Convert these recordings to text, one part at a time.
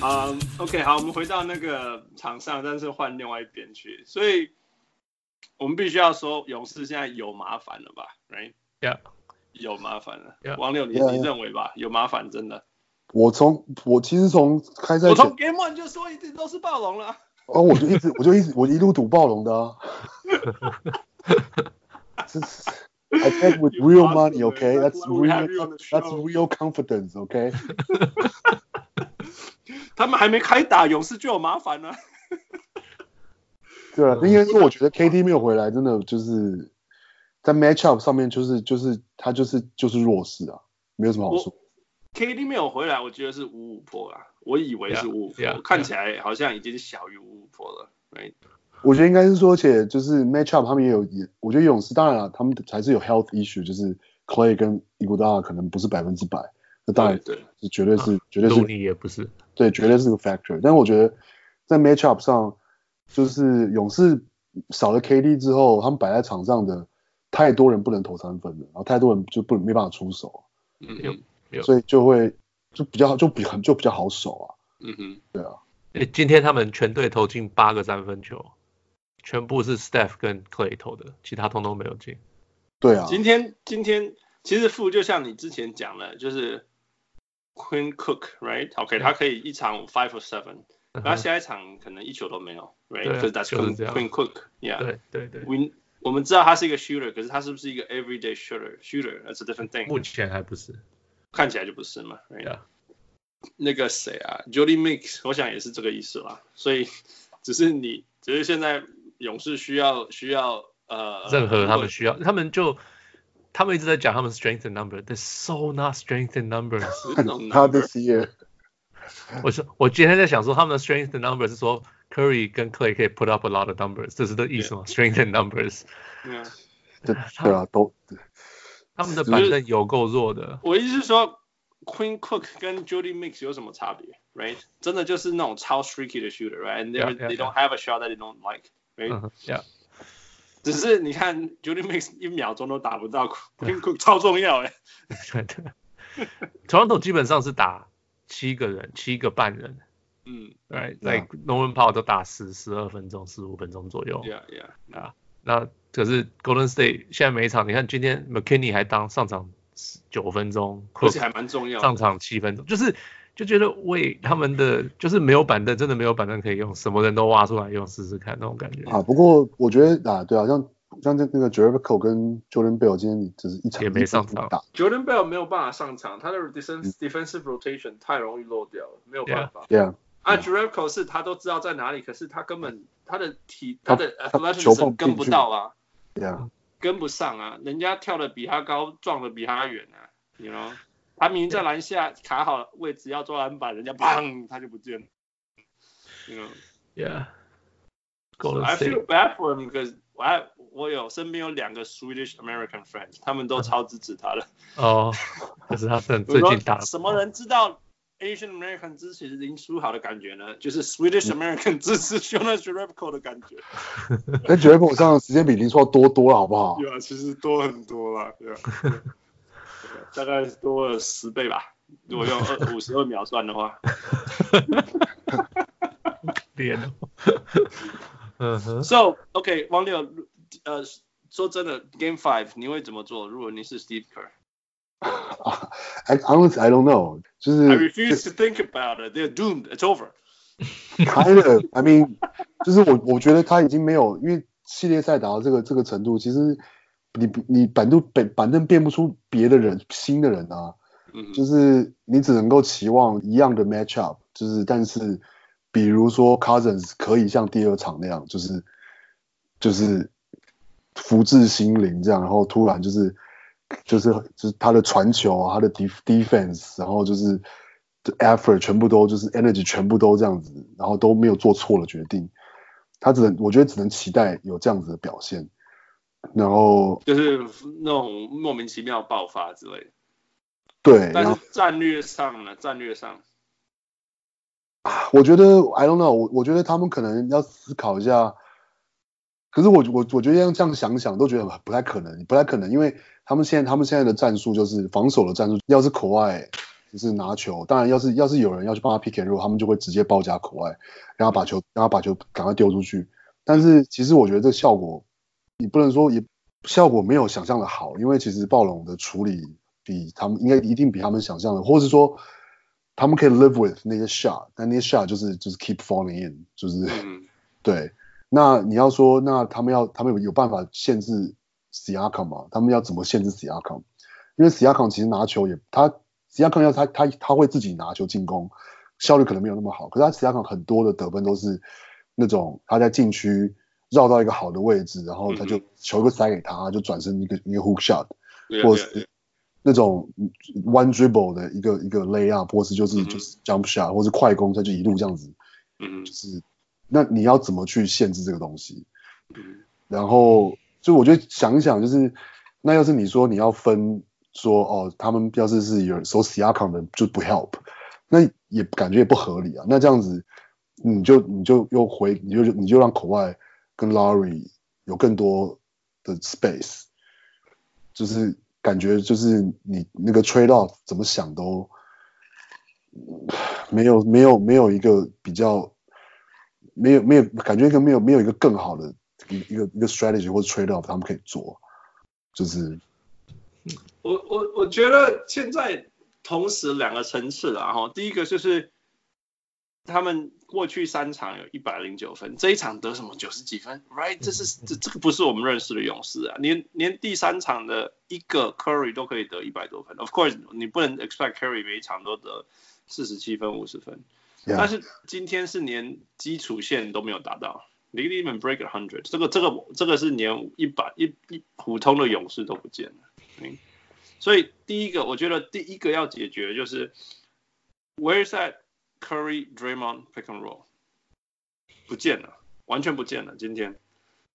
啊、o k 好，我们回到那个场上，但是换另外一边去，所以我们必须要说，勇士现在有麻烦了吧？Right？ Yeah. 有麻烦了。 Yeah. 王六，你 Yeah, 你 yeah. 认为吧？有麻烦，真的。我从我其实从开赛我前从 Game One 就说一直都是暴龙了。啊哦，我就一直我就一直我一路赌暴龙的啊。这是 I bet with real money, okay? That's Why we have you on real, the that's show? real confidence, okay? 他们还没开打，勇士就有麻烦了。对啊，嗯应该说我觉得 KD 没有回来，真的就是在 matchup 上面就是就是他就是就是弱势啊，没有什么好说。 KD 没有回来，我觉得是五五破啦，我以为是五五破 Yeah, yeah, 看起来好像已经小于五五破了。Right？我觉得应该是说，而且就是 matchup 他们也有也，我觉得勇士当然了、他们还是有 health issue，就是 Clay 跟伊古达可能不是百分之百，那当然对对是绝对是、绝对是努力也不是，对，绝对是个 factor。但我觉得在 matchup 上，就是勇士少了 KD 之后，他们摆在场上的太多人不能投三分了，然后太多人就不没办法出手，嗯有哼有所以就会就比较就比很就比较好守啊嗯哼，诶今天他们全队投进八个三分球，全部是 Steph 跟 Clay 投的，其他通通没有进。啊，对啊，今天今天其实负就像你之前讲的，就是 Queen Cook，right？OK，、他可以一场 five or seven，嗯然后哼下一场可能一球都没有对啊，right？Because that's 就是 Queen 这样 Queen Cook，yeah。对对对， We 我们知道他是一个 shooter，可是他是不是一个 everyday shooter？shooter，that's a different thing。目前还不是。看起来就不是嘛。Right? Yeah. 那个谁啊，Jody Mix，我想也是这个意思啦。所以只是你，只是现在勇士需要需要呃，任如何他果们需要，他们就他们一直在讲他们 strength and number，they're so not strength and numbers。是那种 他 number， this year 我说我今天在想说他们的 strength and number 是说 Curry 跟 Clay 可以 put up a lot of numbers，这是的意思吗？strength and numbers，对啊对对啊，都他们的板凳有够弱的，我意思是说，Queen Cook 跟 Jody Mix 有什么差别？Right？真的就是那种超 streaky 的 shooter，right？And they Yeah, yeah, they don't have a shot that they don't like。嗯 Right？哼，yeah，只是你看 Jody Mix 一秒钟都打不到，Queen Cook 超重要哎。对对。Toronto 基本上是打七个人，七个半人嗯，right？ Yeah. 在 Norman Powell 都打十、十二分钟、十五分钟左右。 ，Yeah Yeah。那可是 Golden State 现在每一场，你看今天 McKinney 还当上场九分钟而且，Cook 还蛮重要的。上场七分钟，就是就觉得喂他们的就是没有板凳，真的没有板凳可以用，什么人都挖出来用试试看那种感觉。啊，不过我觉得啊，对啊，像像那那个 Jericho 跟 Jordan Bell 今天只是一场也没上场打， Jordan Bell 没有办法上场，他的 defense defensive rotation 太容易漏掉了，没有办法。对啊，啊 j u r e k o 是他都知道在哪里，可是他根本他的体他他的他球 athleticism 碰不进去跟不到啊，对啊， 跟不上啊，人家跳的比他高，撞的比他远啊，你 you know? 他明明在篮下卡好位置要抓篮板，人家砰他就不见了。You know, Yeah，Golden I State feel bad for him because 我还我有身边有两个 Swedish American friends，他们都超支持他的。哦，可是他们我 最说近打得什不好么？人知道 Asian American 支持林书豪的感觉呢？就是 Swedish 嗯 American 支持 Jonas j u r e b k o 的感觉。但 Jericho 上的时间比林书豪多多了，好不好？对啊，其实多很多啦，对啊，对 啊大概多了十倍吧。如果 用二五十二秒算的话，脸哦。 嗯哼， So OK，汪六，呃，说真的，Game Five 你会怎么做？如果你是 Steve Kerr，I 啊，I honestly I don't know，就是。 refuse to think about it. They're doomed. It's over. kind of I mean，就是我我觉得他已经没有，因为系列赛打到这个这个程度，其实你你板凳板板凳变不出别的人新的人啊，嗯就是你只能够期望一样的 match up，就是但是比如说 Cousins 可以像第二场那样，就是就是福至心灵这样，然后突然就是就是就是他的传球啊，他的 def defense，然后就是就 effort 全部都就是 energy 全部都这样子，然后都没有做错了决定，他只能我觉得只能期待有这样子的表现，然后就是那种莫名其妙爆发之类的。对，哎然但后是。战略上呢，战略上，我觉得 I don't know，我我觉得他们可能要思考一下。可是我我我觉得要这样想想，都觉得很不太可能，不太可能，因为他们现在他们现在的战术就是防守的战术，要是口外就是拿球。当然，要是要是有人要去帮他 pick and roll，他们就会直接包夹口外，让他把球让他把球赶快丢出去。但是其实我觉得这效果，你不能说也效果没有想象的好，因为其实暴龙的处理比他们应该一定比他们想象的，或是说他们可以 live with 那些 shot，但那些 shot 就是就是 keep falling in，就是、嗯，对。那你要说，那他们要他们有有办法限制 Siakam 吗？他们要怎么限制 Siakam？因为 Siakam 其实拿球也他 Siakam 要他他他会自己拿球进攻，效率可能没有那么好。可是他 Siakam 很多的得分都是那种他在禁区绕到一个好的位置，然后他就嗯球就塞给他，他就转身一个一个 hook shot，对啊或对啊对啊是那种嗯 one dribble 的一个一个 lay up，或是就是嗯哼就是 jump shot，或是快攻，他就一路这样子。嗯就是那你要怎么去限制这个东西？嗯然后就我觉得想一想，就是那要是你说你要分说哦，他们要是是有人手 C R 扛的就不 help，那也感觉也不合理啊。那这样子你就你就又回你就你就让口外跟 Larry 有更多的 space，就是感觉就是你那个 trade off 怎么想都 没有没有没有一个比较，没有没有感觉一个没有没有一个更好的一一个一个 strategy 或者 trade off 他们可以做，就是我我我觉得现在同时两个层次了哈，第一个就是他们过去三场有一百零九分，这一场得什么九十几分，right？这是这这个不是我们认识的勇士啊，连连第三场的一个 Curry 都可以得一百多分，of course 你不能 expect Curry 每一场都得四十七分五十分，但 yeah 是今天是连基础线都没有达到。They didn't even break a hundred，这个这个这个是连一百一一普通的勇士都不见了。嗯，所以第一个，我觉得第一个要解决的就是 Where's that Curry Draymond pick and roll？不见了，完全不见了。今天，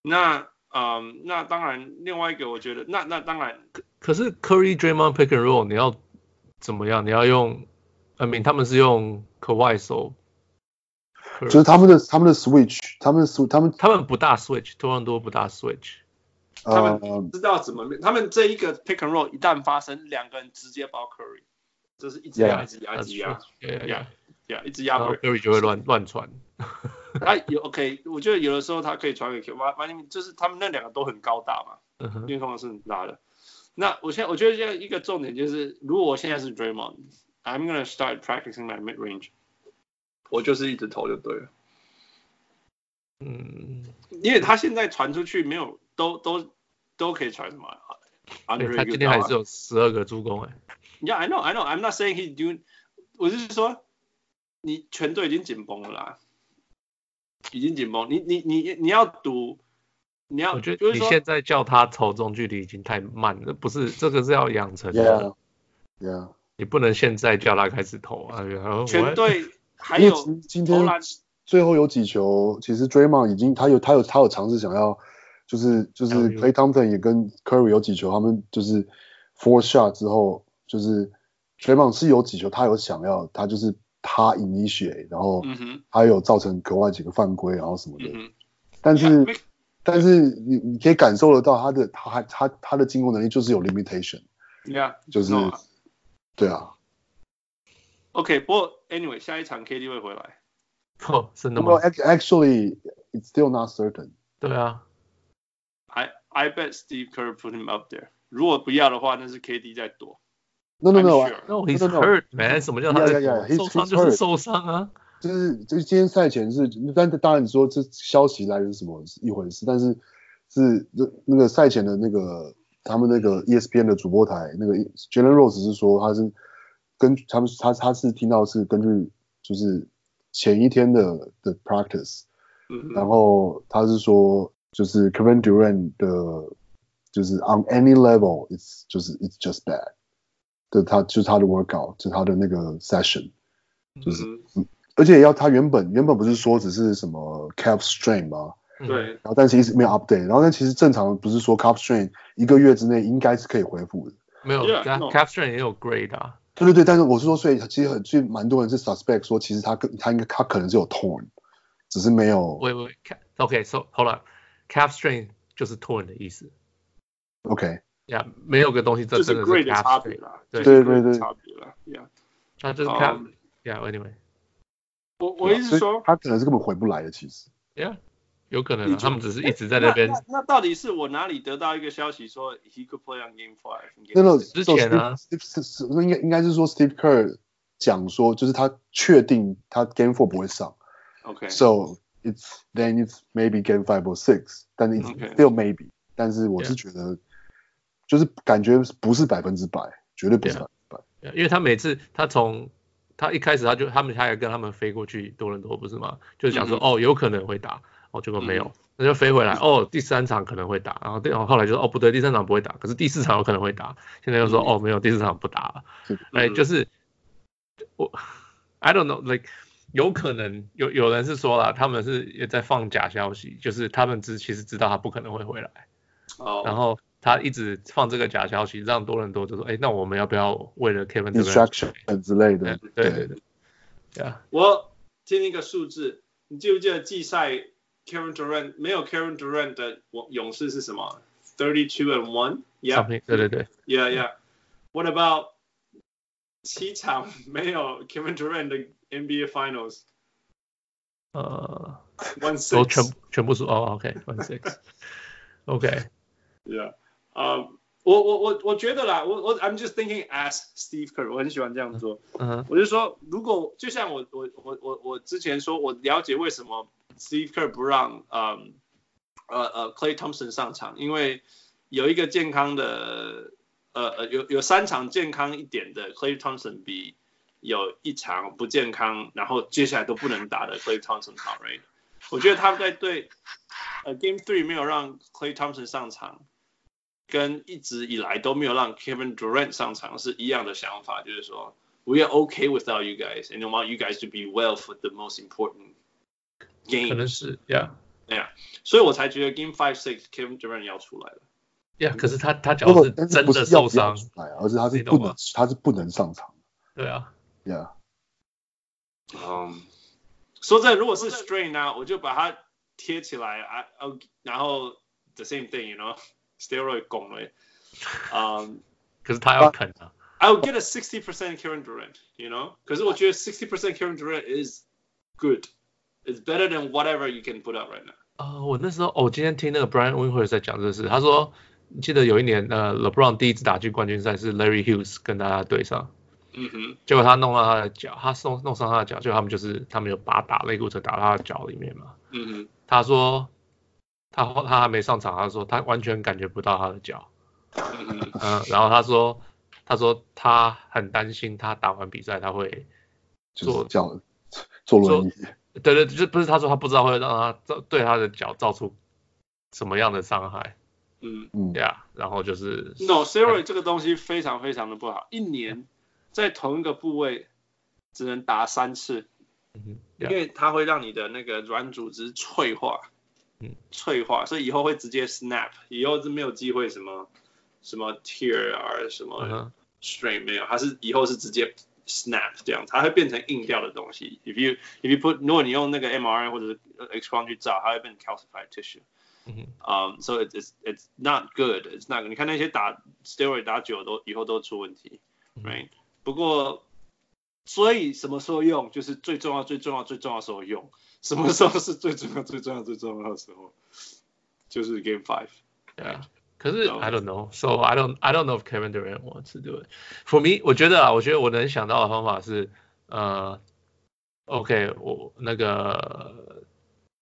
那嗯，那当然，另外一个我觉得，那那当然，可是 Curry Draymond pick and roll 你要怎么样？你要用，I mean 他们是用 k a w i 手，就是他们的他们的 switch，他们的 sw 他们他们不大 switch，多伦多不大 switch。他们呃知道怎么面，他们这一个 pick and roll 一旦发生，两个人直接包 Curry，这是一直压 Yeah，一直压一直压 Yeah, 啊 yeah. Yeah，，yeah，一直压然后 Curry。 Curry 就会乱乱传。他有 OK，我觉得有的时候他可以传给 Q，完完全就是他们那两个都很高大嘛，嗯哼运动是很大的。那我现在我觉得现在一个重点就是，如果我现在是 Draymond，I'm gonna start practicing my mid range，我就是一直投就对了，嗯，因为他现在传出去没有都都都可以传什么啊对，Andre 他今天还 Iguodala 是有十二个助攻哎、 Yeah, I know, I know. I'm not saying he's doing. 我是说，你全队已经紧绷了啦，已经紧绷。你你你你要赌，你要我觉就是得你说，现在叫他投中距离已经太慢了，不是这个是要养成的 yeah yeah，你不能现在叫他开始投啊。然后我全队还因为有今今投天篮，最后有几球，其实 Draymond 已经他有他有他有尝试想要，就是就是 LU Clay Thompson 也跟 Curry 有几球，他们就是 four shot 之后，就是 Draymond 是有几球他有想要，他就是他 initiate，然后嗯哼，他有造成格外几个犯规，然后什么的，嗯但哼，是 Yeah, 但是你你可以感受得到他的他他他的进攻能力就是有 limitation， yeah，就是 no, 对啊， OK。不过 anyway，下一场 KD 会回来，哦，真的那吗么？actually it's still not certain，对啊， I I bet Steve Kerr put him up there。如果不要的话，那是 KD 在躲。 no no I'm 啊 no。 sure. No, he's No, no, no. hurt, man. 什么叫他 Yeah, 在 yeah, yeah. 受 He's- 伤 he's 就是 hurt. 受伤啊。就是就是今天赛前是，但当然你说这消息来源是什么是一回事，但是是那那个赛前的那个他们那个 E ESPN 的主播台那个 Jalen Rose 是说他是根据他们他他是听到是根据就是前一天的的 practice，嗯然哼，后他是说就是 Kevin Durant 的，就是 on any level it's 就是 it's just bad，的他就是他的 workout 就是他的那个 session。嗯就是哼，而且要他原本原本不是说只是什么 calf strain 吗？嗯，对，然后但是一直没有 update，然后但其实正常不是说 calf strain 一个月之内应该是可以恢复的。没有 Yeah, c a no. p t u r e 也有 grade 啊。对对对，但是我是说，所以其实很其实蛮多人是 suspect 说，其实他跟他应该他可能是有 torn，只是没有喂喂，ca-，OK，so hold on，calf strain 就是 torn 的意思 OK。呀，没有个东西这就是真的 great 的 calf 差 strain 别。啦，对就是对对 grade 的对差别啦，Yeah。那就是哦 Cap。Yeah, anyway, 我我意思所以说，他可能是根本回不来的，其实 yeah，有可能你啊就他们只是一直在那那边 那那到底是我哪里得到一个消息说 he could play on game five？那个之前啊 Steve- Steve- Steve- 应该应该是说 Steve Kerr 讲说，就是他确定他 Game Four 不会上 OK， ，so it's then it's maybe Game Five or Six，但是 it's Okay. still maybe，但是我是觉得就是感觉不是百分之百，绝对不是 Yeah. 百分之百。因为他每次他从他一开始他就他们他也跟他们飞过去多伦多不是吗？就是想说、嗯哦有可能会打，哦结果没有，嗯那就飞回来哦第三场可能会打，然后第然后后来就说哦不对第三场不会打，可是第四场有可能会打，现在又说、嗯哦没有第四场不打了，嗯哎、就是我 I don't know like 有可能有有人是说了他们是也在放假消息，就是他们知其实知道他不可能会回来。然哦，后他一直放这个假消息，让多伦多就说：“哎，那我们要不要为了 Kevin 这个 distraction 之类的人？”，对对对，对啊，我听一个数字，你记不记得季赛 Kevin Durant 没有 Kevin Durant 的勇士是什么？Thirty two and one，Yeah 上面对对对， Yeah Yeah。What about 七场没有 Kevin Durant 的 NBA Finals？One 呃，都全 six。全部输哦，OK，one six，OK， Yeah，呃、我我我我觉得啦，我我 I'm just thinking as Steve Kerr，我很喜欢这样做。嗯我就说，如果就像我我我我我之前说，我了解为什么 Steve Kerr 不让呃呃呃 Clay Thompson 上场，因为有一个健康的呃呃有有三场健康一点的 Clay Thompson 比有一场不健康，然后接下来都不能打的 Clay Thompson 好，right？我觉得他们在对呃 Game Three 没有让 Clay Thompson 上场，跟一直以来都没有让 Kevin Durant 上场是一样的想法，就是说 We are okay without you guys and we want you guys to be well for the most important 可 game，能是 Yeah，Yeah，所以我才觉得 Game Five Six Kevin Durant 要出来了。可是他他脚不过是但是真不的是要受不伤，啊要出来，啊而是他你是懂不吗能他是不能上场对啊，的，Yeah。嗯，说真的，如果是 strain 呢、我就把它贴起来啊，呃，然后 the same thing，you know，steroid 拱了。嗯、可是他要啃啊， i will get a sixty percent Karen Durant，you know，可是我觉得 sixty percent Karen Durant is good，it's better than whatever you can put up right now。啊，我那时候哦，我今天听那个 Brian Winker 在讲这事，他说记得有一年呃，LeBron 第一次打进冠军赛是 Larry Hughes 跟大家对上。嗯哼，结果他弄到他的脚，他弄弄伤他的脚，结果他们就是他们有把他打肋骨折打到他的脚里面嘛。嗯哼，他说他他还没上场，他说他完全感觉不到他的脚，嗯哼，嗯，然后他说他说他很担心他打完比赛他会，就是坐叫坐轮椅，对对，就不是他说他不知道会让他造对他的脚造出什么样的伤害，嗯。嗯对，啊，然后就是， No steroid 这个东西非常非常的不好，一年在同一个部位只能打三次。嗯因 yeah，为它会让你的那个软组织脆化，嗯，脆化，所以以后会直接 snap，以后是没有机会什么什么 tear 啊，什嗯么哼 strain 没有，它是以后是直接 snap 这样，它会变成硬掉的东西。If you if you put 如果你用那个 MRI 或者是呃 X 光去照，它会变 calcified tissue。嗯哼嗯、s o it's it's it's not good. It's not. good. 你看那些打 steroid 打久了都以后都出问题嗯，right？、不过，所以什么时候用，就是最重要、最重要、最重要的时候用。什么时候是最重要、最重要、最重要的时候？就是 Game Five。 Yeah. 可是 No. I don't know, so I don't I don't know if Kevin Durant wants to do it. For me，我觉得啊，我觉得我能想到的方法是，呃，OK，我那个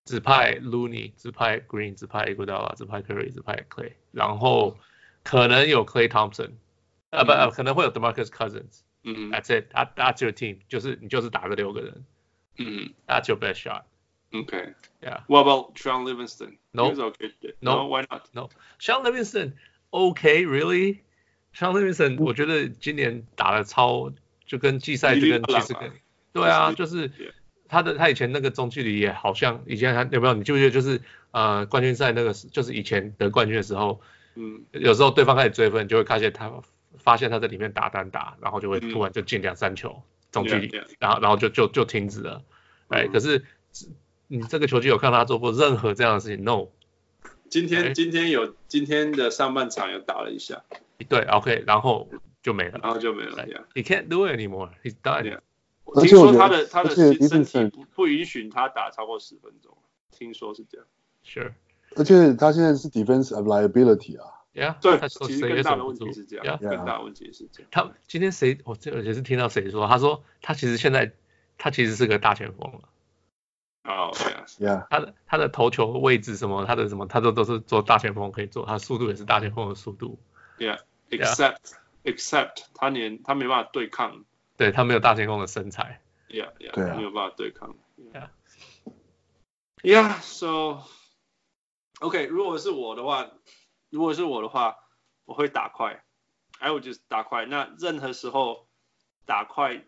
只派 Looney，只派 Green，只派 Iguodala，只派 Curry，只派 Clay，然后可能有 Clay Thompson，啊不，嗯可能会有 DeMarcus Cousins。嗯 That's it. That, that's your team. 就是你就是打这六个人。嗯 That's your best shot. ，OK。 Yeah. What about Sean Livingston? No. He was okay. No. No. Why not? Sean Livingston OK really 嗯 Sean Livingston 我觉得今年打的超就跟季赛就跟比利其亚实跟嘛对啊，就就是对他的他以前那个中距离也好像以前还有没有你记不记得就是呃冠军赛那个时就是以前得冠军的时候，嗯有时候对方开始追分，你就会发现他发现他在里面打单打，然后就会嗯突然就进两三球中距离 Yeah, yeah. 然后然后就就就停止了，哎、嗯可是你这个球季有看到他做过任何这样的事情？No，今哎天今天有今天的上半场有打了一下。对，OK，然后就没了。然后就没了。 Like, yeah. He can't do it anymore. He's done. Yeah. 而听且说我觉他得的他的而且身身 Vincent- 体不不允许他打超过十分钟，听说是这样。 Sure. 而且他现在是 defense liability 啊， Yeah. 对他，说其实谁更也大守的不问题住是这 Yeah. 样，更 Yeah. 大的问题是这样。他今天谁？我这我也是听到谁说，他说他其实现在他其实是个大前锋了，哦，对啊， ，Yeah，他的他的投球位置什么，他的什么，他都都是做大前锋可以做，他速度也是大前锋的速度，Yeah. except except 他连他没办法对抗对他没有大前锋的身材。 ，yeah yeah，对啊没有办法对抗 Yeah. ，yeah so OK，如果是我的话，如果是我的话，我会打快，I would just 打快。那任何时候打快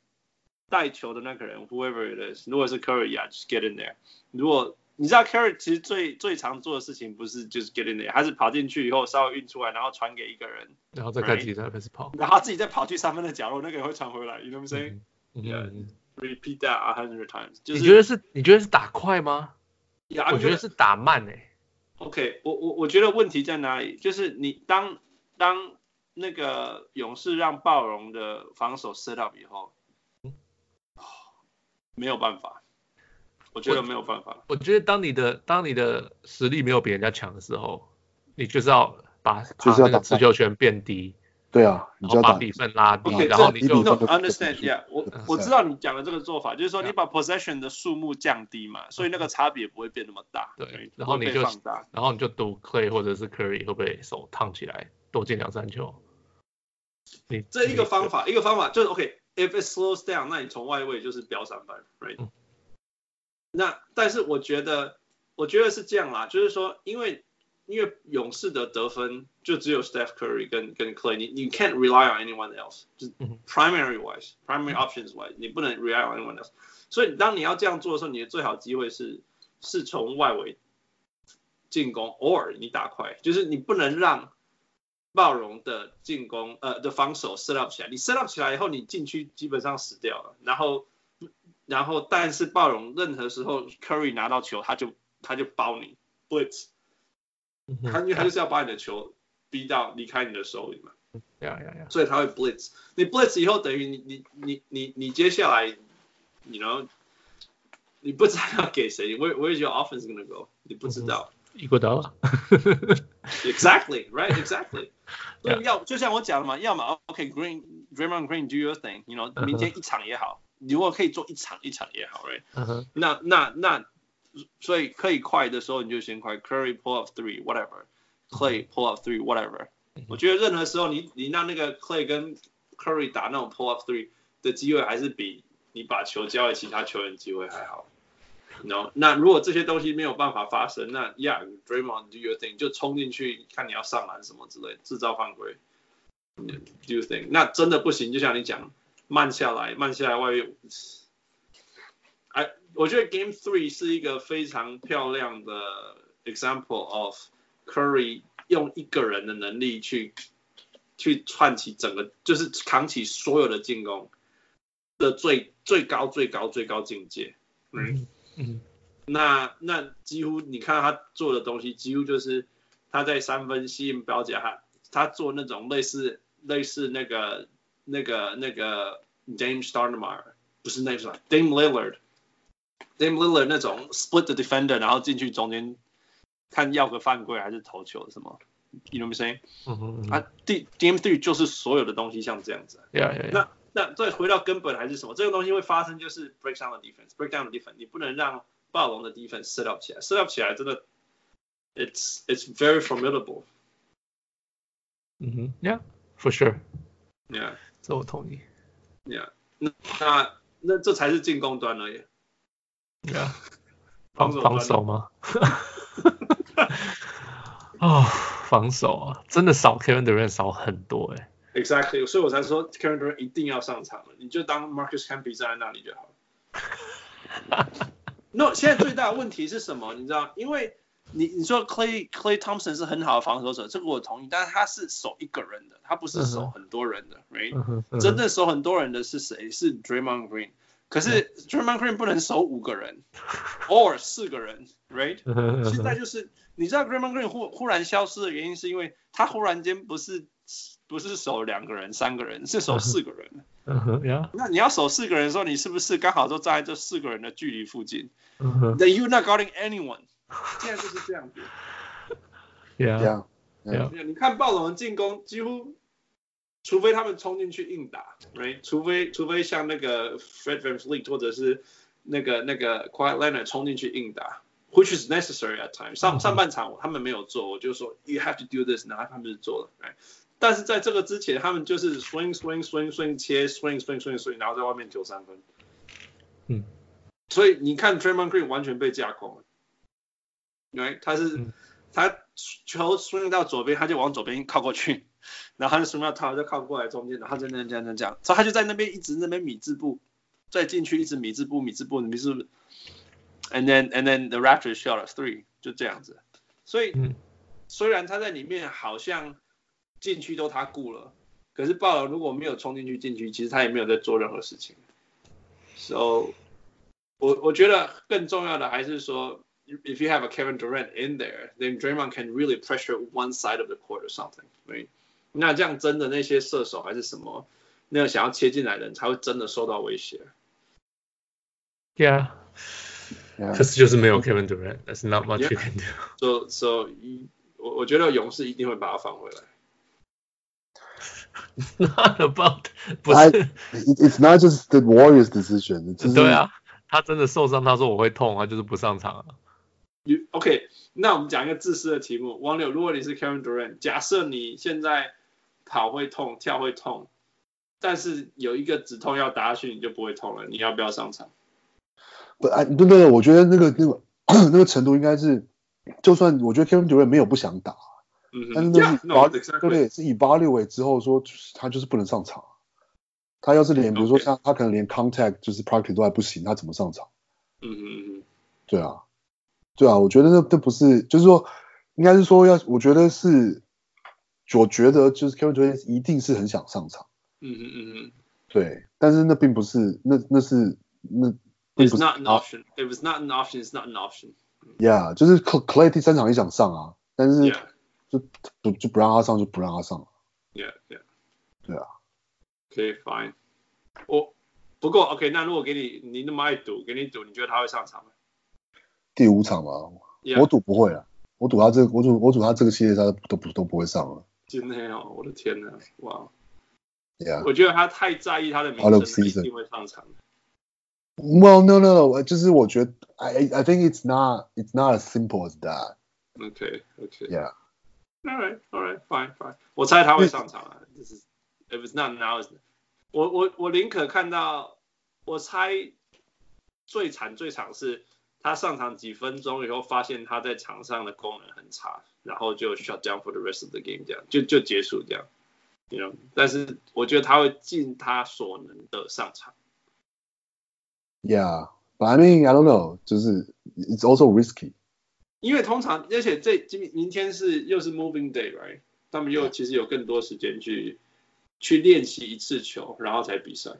带球的那个人，whoever it is，如果是 Curry，yeah just get in there。如果你知道 Curry 其实最最常做的事情不是就是 get in there，他是跑进去以后稍微运出来，然后传给一个人。然后再看 Right. 自己在开始跑。然后他自己再跑去三分的角落，那个人会传回来。You know what I'm saying? 嗯 Yeah. 嗯 Repeat that a hundred times. 就你是觉得是？你觉得是打快吗？ Yeah, I'm 我觉得 gonna- 是打慢欸诶、 OK 我。我我觉得问题在哪里？就是你当当那个勇士让暴龙的防守 set up 以后，没有办法，我觉得没有办法。我觉得当你的当你的实力没有比人家强的时候，你就是要把就是要把那打个持球权变低，对啊，你然就要后把打，比分拉低 OK，然后你这就啊 no 这 understand yeah，我嗯我知道你讲的这个做法，就是说 Yeah 你把 possession 的数目降低嘛，所以那个差别不会变那么大。对不然后你会被就放大。然后你就赌 Clay 或者是 Curry 会不会手烫起来，多进两三球。你这一个方，法，一个方法就是 OK，if、it slows down，那你从外围就是飙三分，right？、嗯那但是我觉得，我觉得是这样啦，就是说，因为因为勇士的得分就只有 Steph Curry 跟跟 Clay，你你 can't rely on anyone else，就是嗯哼 primary wise，primary options wise，你不能 rely on anyone else。所以当你要这样做的时候，你的最好机会是是从外围进攻，or 你打快，就是你不能让暴龙的进攻呃的防守 set up 起来，你 set up 起来以后，你禁区基本上死掉了，然后然后但是暴龙任何时候 Curry 拿到球，他就他就包你 blitz，嗯他哼因为他就是要把你的球逼到离开你的手里嘛。呀呀呀，所以他会 blitz。你 blitz 以后，等于你你你你你接下来，你 you know，你不知道要给谁，where where's your offense gonna go？你不知道、一锅刀了。 exactly right exactly。 Yeah. 对，要就像我讲的嘛，要么 OK Green Draymond Green do your thing，you know，明天一场也好，如果可以做一场一场也好，right？嗯哼那那那，所以可以快的时候你就先快，Curry pull up three whatever，Clay pull up three whatever 嗯。我觉得任何时候你你让那个 Clay 跟 Curry 打那种 pull up three 的机会，还是比你把球交给其他球员机会还好。no，那如果这些东西没有办法发生，那 Yeah，Draymond do your thing，就冲进去看你要上篮什么之类，制造犯规。Do you think？那真的不行，就像你讲，慢下来，慢下来，外面。哎，我觉得 Game Three 是一个非常漂亮的 example of Curry 用一个人的能力去去串起整个，就是扛起所有的进攻的最最高最高最高境界。嗯嗯那那几乎你看他做的东西，几乎就是他在三分吸引表姐，他他做那种类似类似那个那个那个 Dame Stoudemire，不是 Dame Stoudemire，Dame Lillard，Dame Lillard 那种 split the defender，然后进去中间看要个犯规还是投球什么，you know what I'm saying？、嗯哼，啊，第 Game Three 就是所有的东西像这样子。呀呀呀那那再回到根本还是什么？这个东西会发生，就是 break down 的 defense，break down 的 defense，你不能让暴龙的 defense set up 起来，set up 起来真的，it's it's very formidable。嗯哼，Yeah，for sure， Yeah，这我同意。那那这才是进攻端而已。 Yeah，防防啊守防守吗？ 哦，防守啊，真的少 Kevin Durant 少很多哎、 Exactly，所以我才说 Kevin Durant 一定要上场了，你就当 Marcus Camby 站在那里就好了。No，现在最大的问题是什么？你知道，因为你你说 Clay Clay Thompson 是很好的防守者，这个我同意，但是他是守一个人的，他不是守嗯哼很多人的，right？嗯哼嗯哼 真正守很多人的是谁？是 Draymond Green。可是嗯 Draymond Green 不能守五个人， 偶尔四个人，right？嗯哼嗯 哼现在就是你知道 Draymond Green 忽忽然消失的原因，是因为他忽然间不是不是守两个人、三个人，是守四个人。嗯哼呀，那你要守四个人的时候，你是不是刚好都站在这四个人的距离附近嗯哼？Then you're not guarding anyone。现在就是这样子。这呀，样没有你看暴龙的进攻几乎，除非他们冲进去硬打，right？除非除非像那个 Fred Van Fleet 或者是那个那个 Quiet Leonard 冲进去硬打，which is necessary at times。上上半场他们没有做，我就说 you have to do this，然后他们就做了，right？但是在这个之前，他们就是 swing swing swing swing 切 swing swing swing swing，然后在外面丢三分。嗯，所以你看 Draymond Green 完全被架空了，因为他是、嗯他球 swing 到左边，他就往左边靠过去， 然后他就 swing 到他，就靠过来中间，然后就那样这样这样这样，所以他就在那边一直那边米字步，再进去一直米字步米字步米字步，and then and then the Raptors shot a three，就这样子。所以、嗯虽然他在里面好像禁区都他顾了，可是暴龙如果没有冲进去禁区，其实他也没有在做任何事情。So 我我觉得更重要的还是说，if you have a Kevin Durant in there, then Draymond can really pressure one side of the court or something. Right? 那这样真的那些射手还是什么，那个想要切进来的人才会真的受到威胁。呀， Yeah 可是就是没有 Kevin Durant，that's not much you can do。 So so 一我我觉得勇士一定会把他放回来。 Not about 不是 It- It's not just the Warriors' decision，就是对啊，他真的受伤，他说我会痛，他就是不上场啊。 You- OK，那我们讲一个自私的题目，王柳，如果你是 Kevin Durant，假设你现在跑会痛，跳会痛，但是有一个止痛药打下去，你就不会痛了，你要不要上场？不，哎，不对，我觉得那个那个那个程度应该是，就算我觉得 Kevin Durant 没有不想打，嗯但是哼，Yeah，那是以那巴 exactly，对不对？是以巴列维之后说就是他就是不能上场，他要是连比如说 OK 像他可能连 contact 就是 practice 都还不行，他怎么上场？嗯哼嗯对啊，对啊，我觉得那那不是，就是说应该是说要，我觉得是，我觉得就是 Kevin Durant 一定是很想上场，哼嗯哼嗯对，但是那并不是，那那是那哼并，It's 不是 not an option. If it's not an option, it's not an option. Yeah，就是 Cl- Clay 第三场也想上啊，但是 Yeah, 不就不让他上就不让他上。 yeah, yeah. 对啊。 OK, fine. 我不过 OK，那如果给你你那么爱赌，给你赌，你觉得他会上场吗第五场吧， ？Yeah，我赌不会啊，我赌他这我赌我赌他这个系列赛都都不都不会上了。今天哦，我的天哪，哇、 Yeah，我觉得他太在意他的名声 Out 了， of 一 season 定会上场。 well no no no，就是我觉得 I I think it's not it's not as simple as that。 OK OK Yeah， All right, all right, fine, fine. 我猜他会上场啊，就是 if it's not now, it's- 我我我宁可看到，我猜最惨最惨是他上场几分钟以后，发现他在场上的功能很差，然后就 shut down for the rest of the game，这样就就结束这样。You know，但是我觉得他会尽他所能的上场。 yeah，but I mean I don't know，就是 it's also risky。因为通常，而且这今明天是又是 moving day，right？他们又其实有更多时间去去练习一次球，然后才比赛。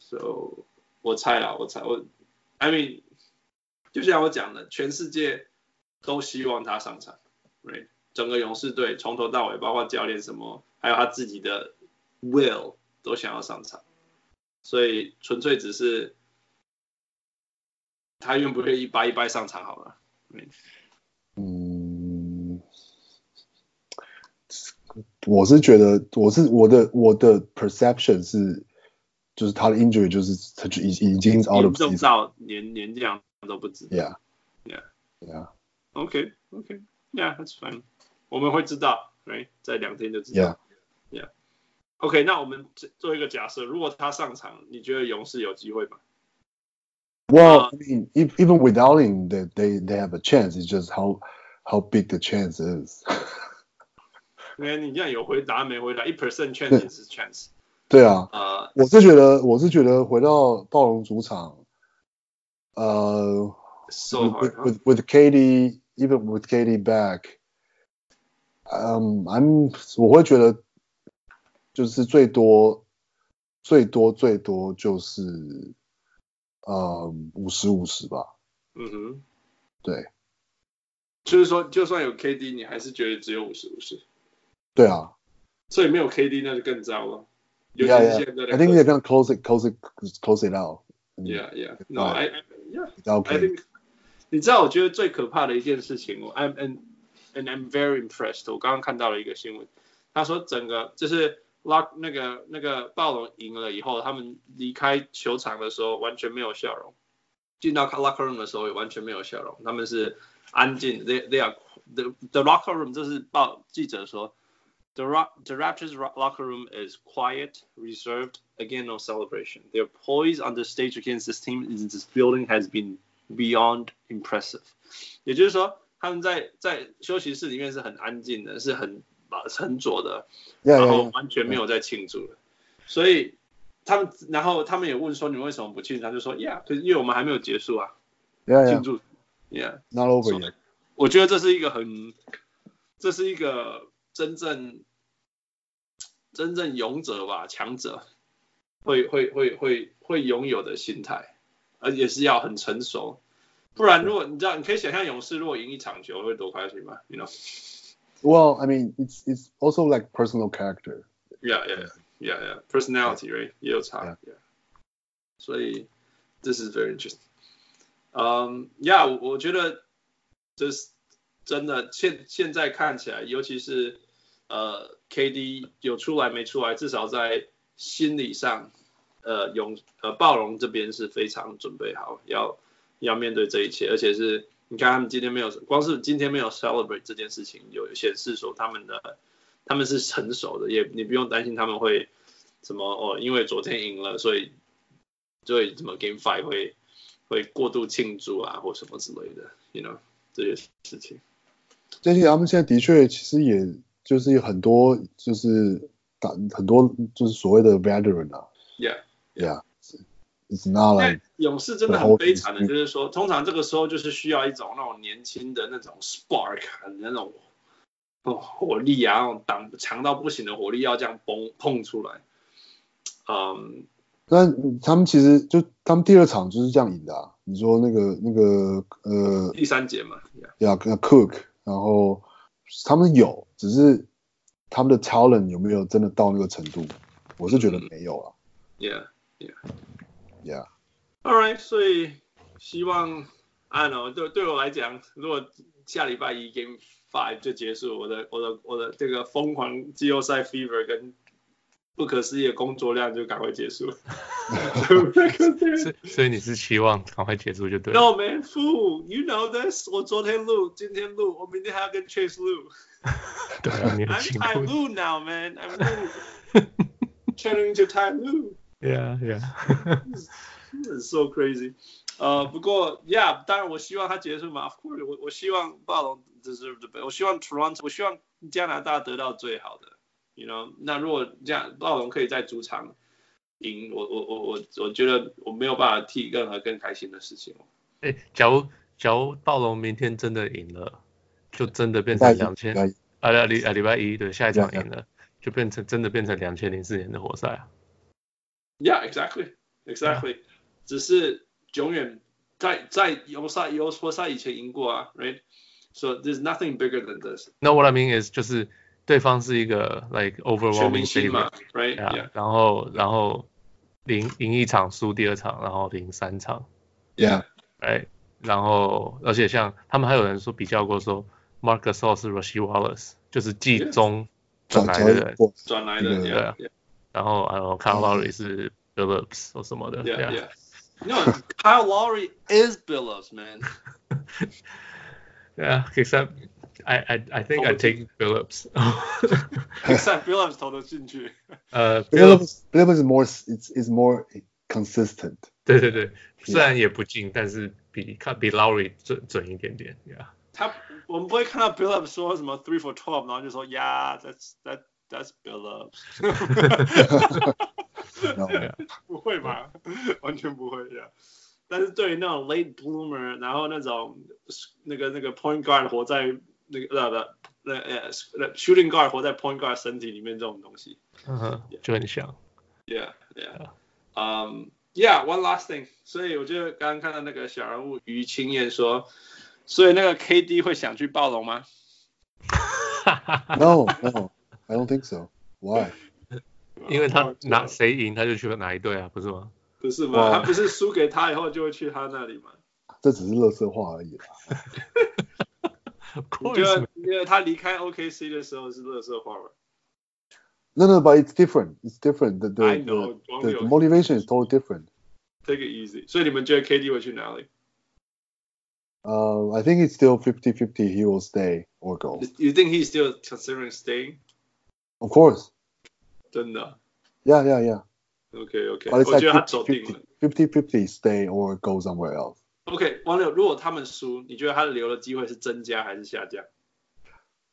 So 我猜啦，我猜我，I mean，就像我讲的，全世界都希望他上场，right？整个勇士队从头到尾，包括教练什么，还有他自己的 will 都想要上场，所以纯粹只是他愿不愿意掰一掰上场好了。嗯，我是觉得，我是我的我的 perception 是，就是他的 injury 就是他就已已经 out 严 of 重 season。到连连这样都不知道。 Yeah, Yeah. yeah, OK OK Yeah that's fine，我们会知道，right？在两天就知道。Yeah. OK，那我们做做一个假设，如果他上场，你觉得勇士有机会吗？Uh Well, I mean, if, even without him, they, they they have a chance. It's just how how big the chance is. 因为你这样有回答没回答，一 percent chance 也是 chance。对啊，呃，我是觉得我是觉得回到暴龙主场，呃、 so with, hard，huh？ with with Katie even with Katie back，嗯、um,，I'm 我会觉得就是最多最多最多就是呃五十五十吧，嗯哼，对。就是说，就算有 KD，你还是觉得只有五十五十。对啊，所以没有 KD 那就更糟了。尤其 Yeah, 是 yeah. 现在的 I think they can close it, close it, close it out. Yeah, yeah. No, I, I yeah. I OK. think 你知道，我觉得最可怕的一件事情，我 I'm and and I'm very impressed。我刚刚看到了一个新闻，他说整个就是 Lock 那个那个暴龙赢了以后，他们离开球场的时候完全没有笑容，进到 locker room 的时候也完全没有笑容，他们是安静的。They they are the the locker room，这是报记者说。The, rock, the Raptors' ro- locker room is quiet, reserved, again, no celebration. Their poise on the stage against this team in this building has been beyond impressive。也就是说，他们在在休息室里面是很安静的，是很沉着的， Yeah, 然 yeah, 后 yeah. 完全没有在庆祝的。所以他们，然后他们也问说你为什么不庆祝？他就说，Yeah，可是因为我们还没有结束啊， Yeah, yeah. 庆祝，Yeah。 Not over 所以 yet. 我觉得这是一个很，这是一个真正真正勇者吧，强者会会会会会拥有的心态，而且是要很成熟。不然，如果你知道，你可以想象勇士如果赢一场球会多开心吗？You know, Well, I mean, it's it's also like personal character. yeah, yeah, yeah, yeah. Personality, right? 也有差 Yeah.。 Yeah. 所以，this is very interesting. 嗯、um,，Yeah，我我觉得这是真的。现现在看起来，尤其是呃，KD 有出来没出来，至少在心理上，呃，勇呃暴龙这边是非常准备好，要要面对这一切，而且是你看他们今天没有，光是今天没有 celebrate 这件事情，有显示说他们的他们是成熟的，也你不用担心他们会什么哦，因为昨天赢了，所以所以怎么 Game Five 会会过度庆祝啊，或什么之类的，you know 这些事情。而且他们现在的确其实也就是有很多就是打很多就是所谓的 veteran 啊 Yeah. ，yeah，it's not 但 like 勇士真的很悲惨的，就是说，通常这个时候就是需要一种那种年轻的那种 spark，那种哦火力啊，那种挡强到不行的火力要这样崩碰出来。嗯，但他们其实就他们第二场就是这样赢的啊。你说那个那个呃第三节嘛，yeah，呀、yeah, Cook，然后他们有，只是他们的 talent 有没有真的到那个程度？我是觉得没有啊。 yeah。 Yeah， All right，所以希望，I don't know，对对我来讲，如果下礼拜一 Game Five 就结束，我的我的我的这个疯狂季后赛 fever 跟不可思议的工作量就赶快结束。所以所以你是期望赶快结束就对了。 No man, fool, you know this。我昨天录，今天录，我明天还要跟 Chase 录。对啊，你很 I'm 辛 Tai 苦。 Lu now, man. I'm Lu. Turning to Tai Lu. Yeah, yeah. This is so crazy. 呃，不过，Yeah，当然我希望他结束嘛。Of course，我我希望暴龙 deserve the best，我希望 Toronto，我希望加拿大得到最好的。You know，那如果这样暴龙可以在主场赢，我我我我我觉得我没有办法替任何更开心的事情。哎、假如假如暴龙明天真的赢了，就真的变在成两千在啊礼啊礼拜一对下一场对赢了，就变成真的变成两千零四年的活塞啊。 Yeah, exactly, exactly. 只是永远在在游赛游活塞以前赢过啊，right? So there's nothing bigger than this. No, what I mean is 就是对方是一个 like 全明 overwhelming 星 favorite，嘛，right? yeah, Yeah, 然后然后赢赢一场输第二场，然后赢三场， Yeah，哎、然后而且像他们还有人说比较过说 Marcus Hall 是 Rasheed Wallace，就是季 Yeah. 中本转来交的易人，过转来的对啊，Yeah, 然后还有 Kyle Lowry 是 Phillips 或什么的嗯 yeah, 啊 yeah. yeah. No, Kyle Lowry is Billups, man. Yeah, except I I I think I take Phillips. Uh, Except Billups 投得进去。呃 Phillips， ，Phillips Phillips is more it's is more consistent。对对对，虽然也不进，但是比看比 Lowry 准准一点点。Yeah，他我们不会看到 Billups 说什么 three for twelve，然后就说 Yeah, that's that that's Billups。然后不会吧？完全不会呀。但是对于那种 late bloomer，然后那种那个那个 point guard 活在那个呃不那呃那 shooting guard 活在 point guard 身体里面这种东西嗯哼，就很像。 ，yeah yeah，嗯、yeah，one last thing，所以我就刚刚看到那个小人物于青燕说，所以那个 KD 会想去暴龙吗？ No, no, I don't think so. ？Why？因为他拿谁赢他就去哪一队啊，不是吗？哦不是吗？他哇不是输给他以后就会去他那里吗？这只是乐色话而已啦。 Of 你 course，觉得 man 你觉得他离开 OKC 的时候是乐色话吗 No, no, but it's different. It's different. The ？I the know， the, 光 the, 有 motivation is totally different. take it easy。所以你们觉得 KD 会去哪里 Uh, I think it's still 50-50. He will stay or go. ？You think he's still considering staying？ Of course. 真的 Yeah, yeah, yeah. ？OK OK， But it's 我觉 like 得他走定 50-50, 了。 50-50 stay or go somewhere else. OK，王柳，如果他们输，你觉得他留的机会是增加还是下降？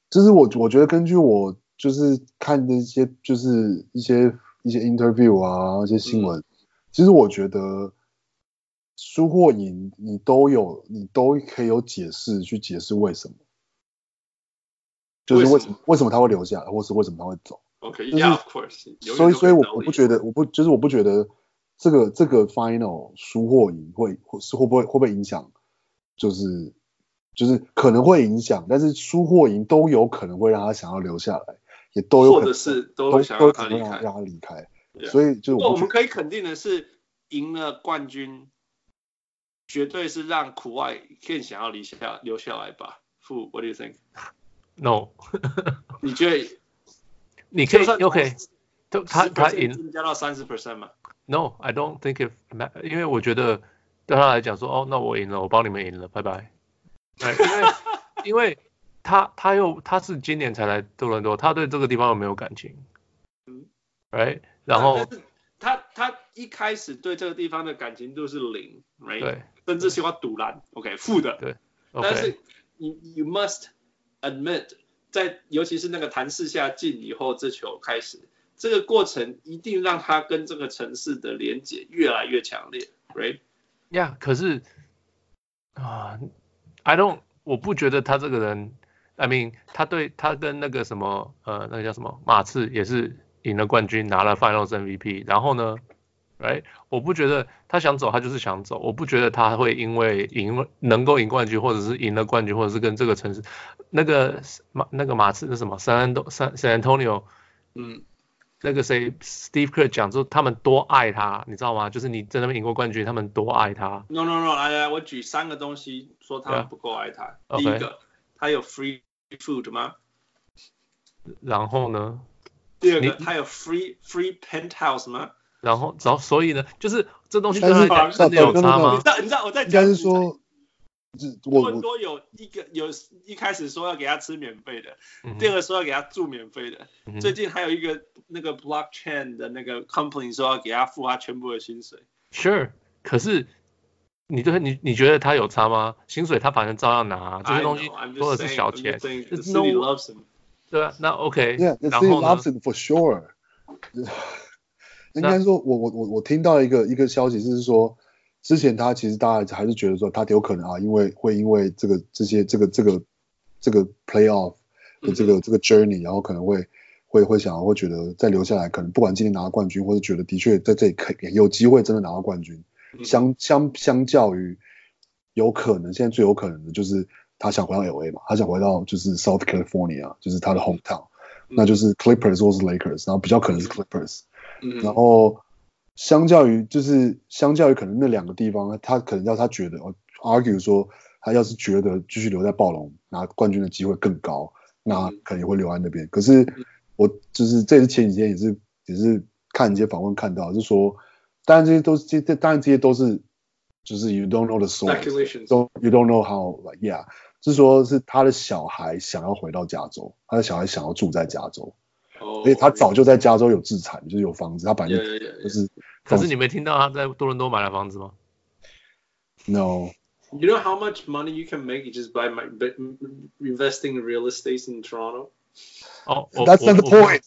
就是我我觉得根据我就是看的一些就是一些一些 interview 啊一些新闻，其实我觉得输或赢你都有你都可以有解释去解释为什么，就是为为什什么么为什么他会留下来，或是为什么他会走。就是 OK，Yeah，of course。所以所以我我不觉得我不就是我不觉得这个这个 final 输或赢会会是会不会会不会影响，就是就是可能会影响，但是输或赢都有可能会让他想要留下来，也都有或可者能是都都会想都有让他可能离让开。让他离开， Yeah 所以就是不过我我不们觉可以肯定的是，赢了冠军，绝对是让苦外更想要留下留下来吧。傅，What do you think？ No，你觉得你可就以算 OK，都他他10%赢增加到三十 percent 嘛？ ，No，I don't think it matter，因为我觉得对他来讲说，哦，那我赢了，我帮你们赢了，拜拜。哎 因为因为他他又他是今年才来多伦多，他对这个地方又没有感情嗯，right？然后但是他他一开始对这个地方的感情度是零，right？对甚至喜欢赌烂，OK，负的。但，OK，是你 you must admit，在尤其是那个谭氏下进以后，这球开始，这个过程一定让他跟这个城市的连接越来越强烈，right？呀，可是啊，I don't，我不觉得他这个人，I mean，他对他跟那个什么呃，那个叫什么马刺也是赢了冠军，拿了 Finals MVP，然后呢，right，我不觉得他想走，他就是想走，我不觉得他会因为赢了能够赢冠军，或者是赢了冠军，或者是跟这个城市那个马那个马刺是什么三安东三 San Antonio。嗯，那个谁，Steve Kerr 讲说他们多爱他，你知道吗？就是你在那边赢过冠军，他们多爱他。 No no no，来来，我举三个东西说他 Yeah. 们不够爱他。 Okay. 第一个，他有 free food 吗？然后呢？第二你个，他有 free free penthouse 吗？然后，然后，所以呢，就是这东西对但他是来讲但真的有差啊你吗知？道你知道我在得应该讲是说，就是我多伦我多有一个有一开始说要给他吃免费的，嗯第二个说要给他住免费的，哼最近还有一个那个 blockchain 的那个 company 说要给他付他全部的薪水。 sure，可是你对你你觉得他有差吗？薪水他反正照样拿，啊这些东西 I know, I'm just 或者是 saying, 小 I'm 钱 just saying,，这 the city no loves him. 对啊，那 OK， Yeah, the 然 city 后 loves 呢？啊 it for sure. 应那该说我，我我我听到一个一个消息是说，之前他其实大家还是觉得说他有可能啊，因为会因为这个这些这个这个这个 playoff 的这嗯个、这个 journey，然后可能会会会想要会觉得再留下来，可能不管今年拿到冠军，或者觉得的确在这里可以有机会真的拿到冠军，嗯相相相较于有可能现在最有可能的就是他想回到 LA 嘛，他想回到就是 South California，就是他的 hometown，、嗯那就是 Clippers 或是 Lakers，然后比较可能是 Clippers，、嗯然后相较于就是相较于可能那两个地方，他可能要他觉得哦 argue 说他要是觉得继续留在暴龙拿冠军的机会更高，那嗯可能也会留在那边。可是我就是这是前几天也是也是看一些访问看到，就说当然这些都是这这当然这些都是就是 you don't know the source。 Speculations. So you don't know how, like, yeah，是说是他的小孩想要回到加州，他的小孩想要住在加州，哦而且他早就在加州有资产，就是有房子，他本来 Yeah, 就 yeah, yeah, 就 yeah. 是可是你没听到他在多伦多买了房子吗？ no， You know how much money you can make just by my, by investing in real estate in Toronto? 哦，我 that's not the 我我 point。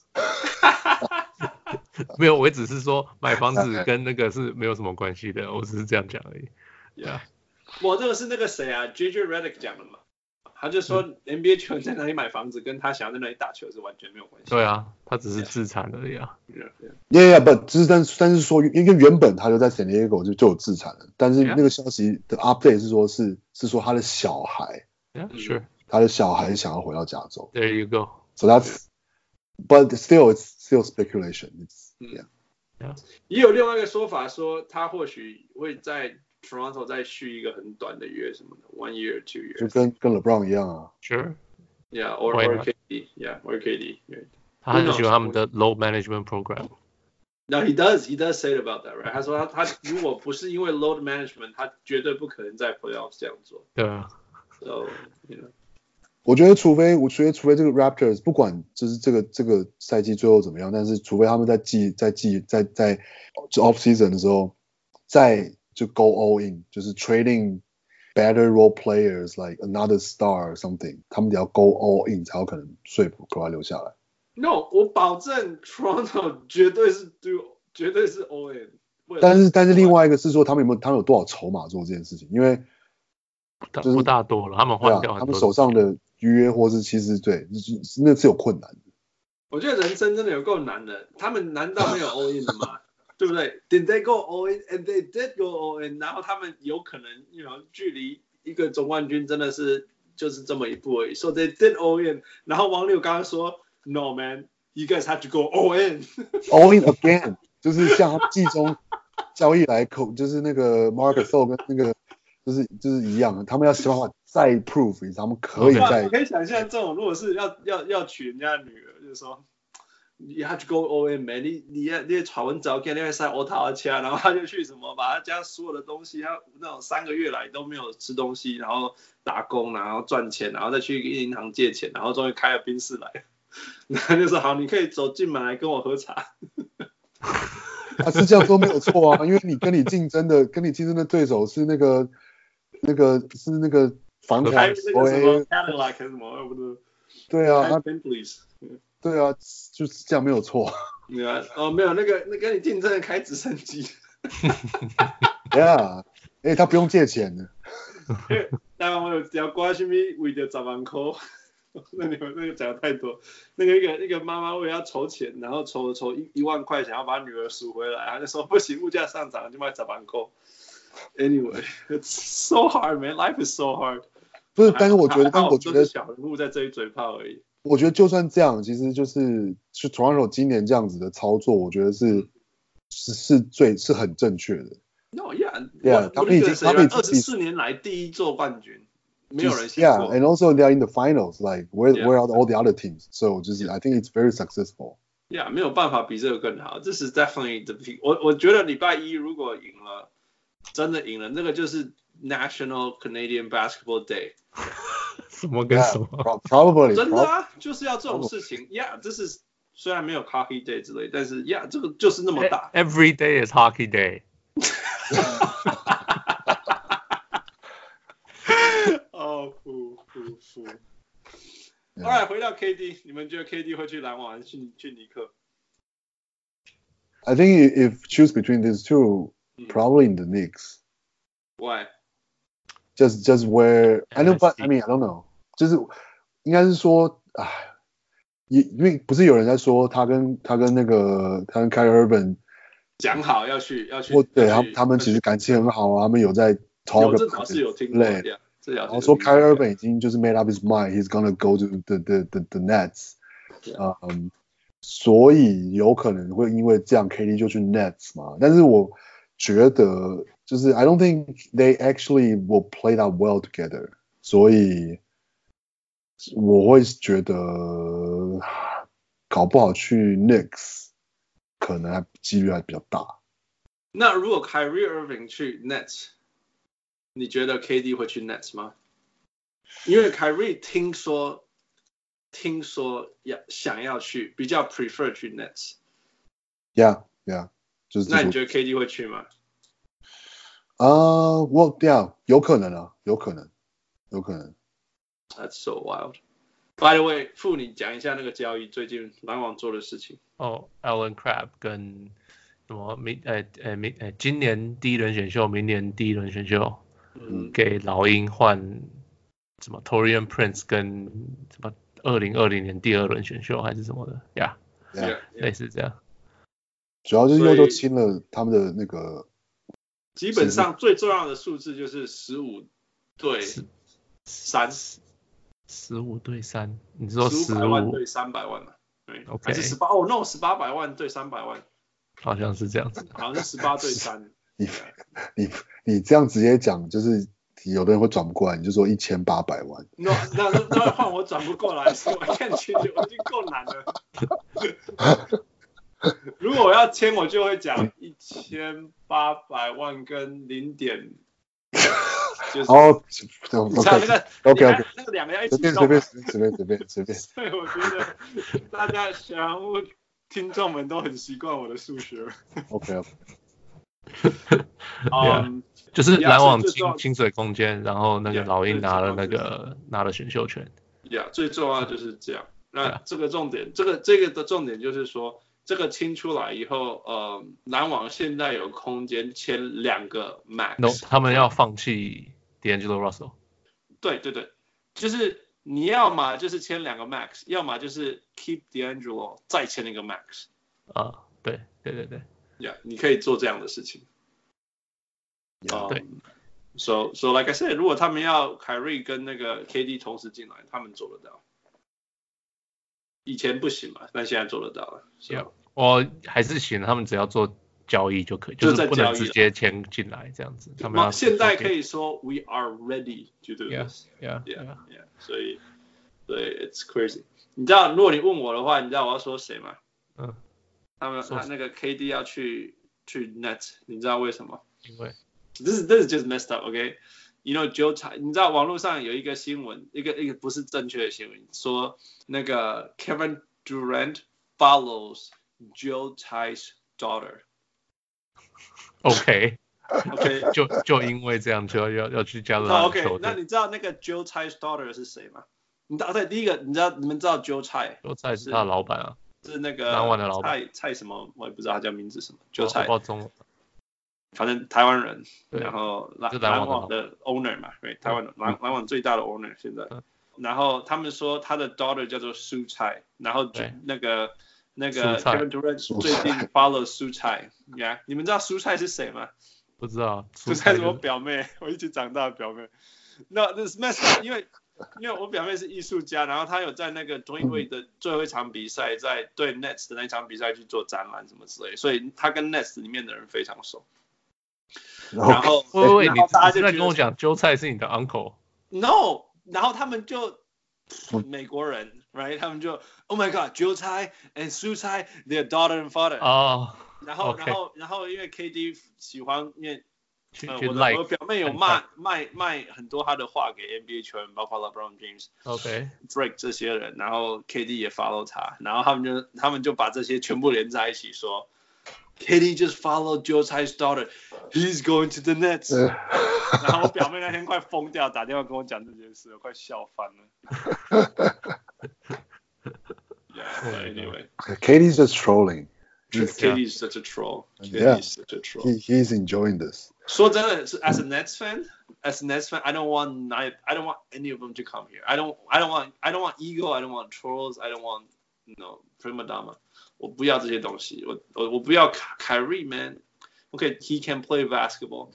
没有，我只是说买房 子跟那个是没有什么关系的，我只是这样讲而已。 Yeah，我这个是那个谁啊，JJ Redick 讲的嘛，他就说嗯 NBA 球员在哪里买房子，跟他想要在哪里打球是完全没有关系。对啊，他只是自产而已啊。 Yeah, yeah. Yeah, yeah, but 只是但是但是说，因为原本他就在 San Diego 就就有资产了，但是 Yeah. 那个消息的 update 是说是是说他的小孩， Yeah, 嗯 sure. 他的小孩想要回到加州 There you go. ，so that's but still it's still speculation. It's, 也有另外一个说法说，他或许会在 Toronto 再续一个很短的约什么的，one year two 就 years。跟跟 LeBron 一样啊。 Sure， Yeah, or Why or not? KD. Yeah, or KD. Right. 他很喜欢他们的 load management program。 No, he does. He does say it about that, right? 他说他他如果不是因为 load management，他绝对不可能在 playoffs 这样做。对啊， So, you know, 我觉得除非我觉得除非这个 Raptors 不管就是这个这个赛季最后怎么样，但是除非他们在季在季在在就 off season 的时候再就 go all in，就是 trading better role players like another star or something，他们得要 go all in 才有可能说服 k a w 留下来。 no，我保证 Toronto 绝对是 do，绝对是 all in 为了。但是但是另外一个是说他们有没有他们有多少筹码做这件事情，因为不大就是不大多了，他们 对换啊掉，很他们多手上的约或是其实对就是那是有困难的。我觉得人生真的有够难的，他们难道没有 all in 的吗？对不对？Did they go all in and they did go all in？然后他们有可能，you know，距离一个总冠军真的是就是这么一步而已。So they did all in。然后王六刚刚说，No man，you guys have to go all in。 all in again，就是像他季中交易来口，就是那个 Marcus o 跟那个就是就是一样，他们要想办法再 prove，他们可以对哇再你可以想象这种，如果是要要要娶人家的女儿，就是说。你 have to go all in man，你你要你也闯文早跟那边塞欧塔掐，然后他就去什么，把他家所有的东西，他那种三个月来都没有吃东西，然后打工，然后赚钱，然后再去银行借钱，然后终于开了宾士来，然后就说好，你可以走进门来跟我喝茶。啊他啊是这样说没有错啊，因为你跟你竞争的跟你竞争的对手是那个那个是那个房还产有那个什么 OA， Cadillac 还是什么，不是对啊，开他 Bentleys。对啊，就是这样没有错。对啊，哦，没有那个，那跟你竞争的开直升机。 Yeah，哎、他不用借钱的， 台湾我有只要挂什么为着十万块， 那你们那个讲得太多。那个一个一个妈妈为了要筹钱，然后筹筹一一万块，想要把女儿赎回来，她就说不行，物价上涨就卖十万块。Anyway, it's so hard, man. Life is so hard. 不是？但是我觉得，但还好我觉得都是小人物在这里嘴炮而已。我觉得就算这样，其实就是去 Toronto 今年这样子的操作，我觉嗯得是是是最是很正确的。 No, yeah, Yeah，他们已经他们已经二十四年来第一座冠军，没有人 Just- 想过。 yeah, and also they're in the finals. Like where Yeah. where are all the other teams? So 就是 I think it's very successful. Yeah，没有办法比这个更好。这是 definitely the peak。我我觉得礼拜一如果赢了，真的赢了，那个就是 National Canadian Basketball Day。什么跟 Yeah, 什么。 pro- probably 真的 prob- 啊，就是要这种事情。Yeah，这是虽然没有 Coffee Day 之类，但是 Yeah，这个就是那么 大。 Every day is hockey day。哦，服服服。 Yeah. 后来回到 KD，你们觉得 KD 会去篮网还是去去尼克？ I think i- if choose between these two, 嗯 probably in the Knicks. Why？ Just just where I know, but I MSG mean I don't know. 就是应该是说，唉，也因为不是有人在说他跟他跟那个他跟 Kyrie Irving 讲好要去要去。或对要他去他们其实感情很好啊，他们有在 talk 有这倒 about 是 it。有听过对，Yeah，这倒是有听过。然后说 Kyrie Irving 已经就是 made up his mind, he's gonna go to the the the the Nets。嗯，所以有可能会因为这样 KD 就去 Nets 嘛。但是我觉得就是 I don't think they actually will play that well together。所以我会觉得搞不好去 Knicks 可能还几率还比较大。那如果 Kyrie Irving 去 Nets，你觉得 KD 会去 Nets 吗？因为 Kyrie 听说，听说要想要去，比较 prefer 去 Nets。 Yeah, yeah，就是那这你种。觉得 KD 会去吗？啊，我对啊，有可能啊，有可能，有可能。 That's so wild. By the way，傅，你讲一下那个交易最近篮网做的事情。哦，Alan Crab 跟什么明呃呃明呃今年第一轮选秀，明年第一轮选秀嗯，给老鹰换什么 Torian Prince 跟什么二零二零年第二轮选秀还是什么的呀 Yeah， Yeah，yeah 类似这样。啊主要就是所又以都清了他们的那个，基本上最重要的数字就是十五对是三，十五对三，你是说十十五百万五对三百万嘛？对 OK 还是十八哦，no，十八百万对三百万，好像是这样子。好像是十八对三，你你你这样直接讲，就是有的人会转不过来，你就说一千八百万，那那那换我转不过来，所以我看觉得我已经够难了。如果我要签，我就会讲一千八百万跟零点，就是然后这样你像那 OK 个 OK 你 OK，看那个两个要一随起便动随嘛便，随便随便随便，所以我觉得大家小人物听众们都很习惯我的数学。 OK OK， Yeah 嗯，就是篮网最重要清清水空间，然后那个 Yeah，老鹰拿了那最重要个拿了选秀权。呀，最重要的就是这样。那 Yeah. 这个重点，这个这个的重点就是说，这个清出来以后，呃，篮网现在有空间签两个 max。 No，他们要放弃 D'Angelo Russell。对对对，就是你要嘛就是签两个 max，要么就是 keep D'Angelo 再签一个 max。啊，对对对对， Yeah，你可以做这样的事情。啊、对 So so like I said，如果他们要凯瑞跟那个 KD 同时进来，他们做得到。以前不行嘛，但现在做得到了。So, Yeah. 我还是行，他们只要做交易就可以，就就是在不交能易直了接签进来这样子。他们那要现在可以以说 We are ready to do this。Yeah，Yeah Yeah yeah，所以对，It's crazy。你知道，如果你问我的话，你知道我要说谁吗？嗯，他们说他那个 KD 要去去 Net，你知道为什么？因为 this is this is just messed up, okay? You know Joe Ty，你知道网络上有一个新闻，一个一个不是正确的新闻，说那个 Kevin Durant follows Joe Ty's daughter. OK， OK，就就因为这样就要要去加入那他的哦 OK，球那队，你知道那个 Joe Ty's daughter 是谁吗？你知道，对，第一个你知道你们知道 Joe Ty 都在是他的老板啊，是那个篮网的老板蔡蔡什么，我也不知道他叫名字什么我，Joe 我不知 Ty，道中文，反正台湾人，对然后篮是篮篮网网的的 owner 嘛，对，台湾的篮篮网最大的 owner 现在嗯。然后他们说他的 daughter 叫做蔬菜，然后就对那个那蔬个菜 Kevin Durant 蔬最菜近 follow 蔬菜呀，你们知道蔬菜是谁吗？不知道蔬出菜差是我就表妹， 我一起长大的表妹。那那 s m a s h 因为因为我表妹是艺术家，然后她有在那个 Dwayne Wade 的最后一场比赛，在对 Nets 的那一场比赛去做展览什么之类，所以她跟 Nets 里面的人非常熟。然后 喂喂喂，然你后大家你就是在觉跟得我讲纠菜是你的 uncle， No，然后他们就不美国人，right？他们就 Oh my God，韭菜 and 蔬菜，their daughter and father、哦，然后 OK 然后然后因为 KD 喜欢，因为、去呃、去我的我 like 表妹有卖卖卖很多他的画给 NBA 球员，包括 LeBron James、 OK Drake 这些人，然后 KD 也 follow 他，然后他们就他们就把这些全部连在一起说。KD just followed Joe Tsai's daughter. He's going to the Nets. 呃然后我表妹那天快疯掉，打电话跟我讲这件事，我快笑翻了。 Oh yeah, my anyway, ，Katie's just trolling. He's, Katie is such a troll. Katie Yeah. is such a troll. he, he's enjoying this. 说真的，是 as a Nets fan, as a Nets fan, I don't want ni- I don't want any of them to come here. I don't I don't want I don't want ego. I don't want trolls. I don't want you know prima donna. 我不要这些东西。我我我不要凯凯瑞 man. Okay, he can play basketball,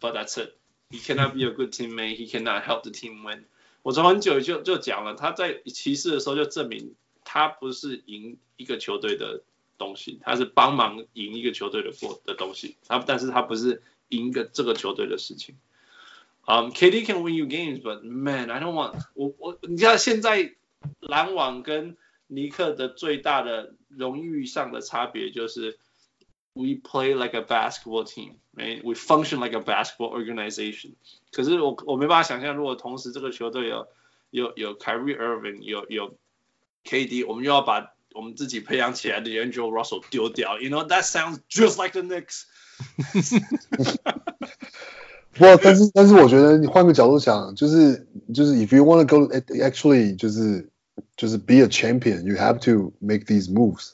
but that's it. He cannot be a good teammate. He cannot help the team win. 我从很久就就讲了，他在骑士的时候就证明他不是赢一个球队的东西，他是帮忙赢一个球队的过的东西。他但是他不是赢一个这个球队的事情。嗯、k d can win you games, but man, I don't want 我我你看现在篮网跟尼克的最大的荣誉上的差别就是，we play like a basketball team, right? We function like a basketball organization. 可是我我没办法想象，如果同时这个球队有有有 Kyrie Irving，有有 KD，我们又要把我们自己培养起来的 Angel Russell 丢掉，you know that sounds just like the Knicks。不，但是 但是我觉得你换个角度想，就是就是 if you want to go actually 就是就是 be a champion, you have to make these moves.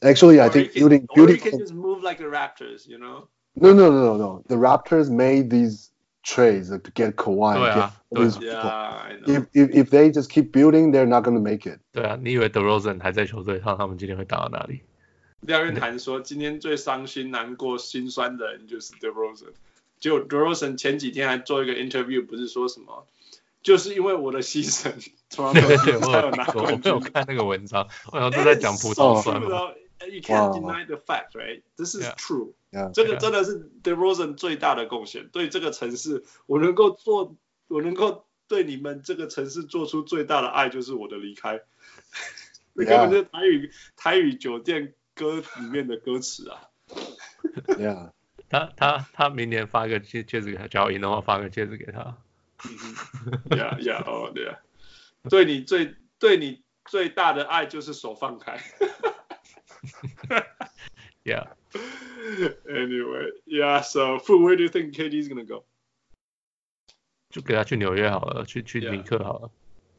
Actually, I Or you think can- building or you building can just move like the Raptors, you know? no no no no no the Raptors made these trades like, to get Kawhi. 对 get 啊 all these Oh, Yeah, people. I know. If, if if they just keep building, they're not gonna make it. 对啊，你以为 DeRozan 还在球队上，他们今天会打到哪里？廖运涵说，今天最伤心、难过、心酸的人就是 DeRozan。就 DeRozan 前几天还做一个 interview，不是说什么，就是因为我的牺 牲，从来没有对对对，才我有有拿我冠我有军。看那个文章，我想都在讲葡萄酸 It's so 嘛。 true, though. You can't 哇 deny the fact, right? This is Yeah. true. Yeah. 这个真的是 DeRozan 最大的贡献，对这个城市，我能够做，我能够对你们这个城市做出最大的爱，就是我的离开。那根本就是台语台语酒店歌里面的歌词啊。 Yeah，他他他明年发个戒戒指给他，只要赢的话发个戒指给他。 Yeah, yeah, 哦，对啊，对你最对你最大的爱就是手放开。 Yeah， anyway, yeah. So, Fu, where do you think KD is gonna go? 就给他去纽约好了，去去 Yeah 尼克好了。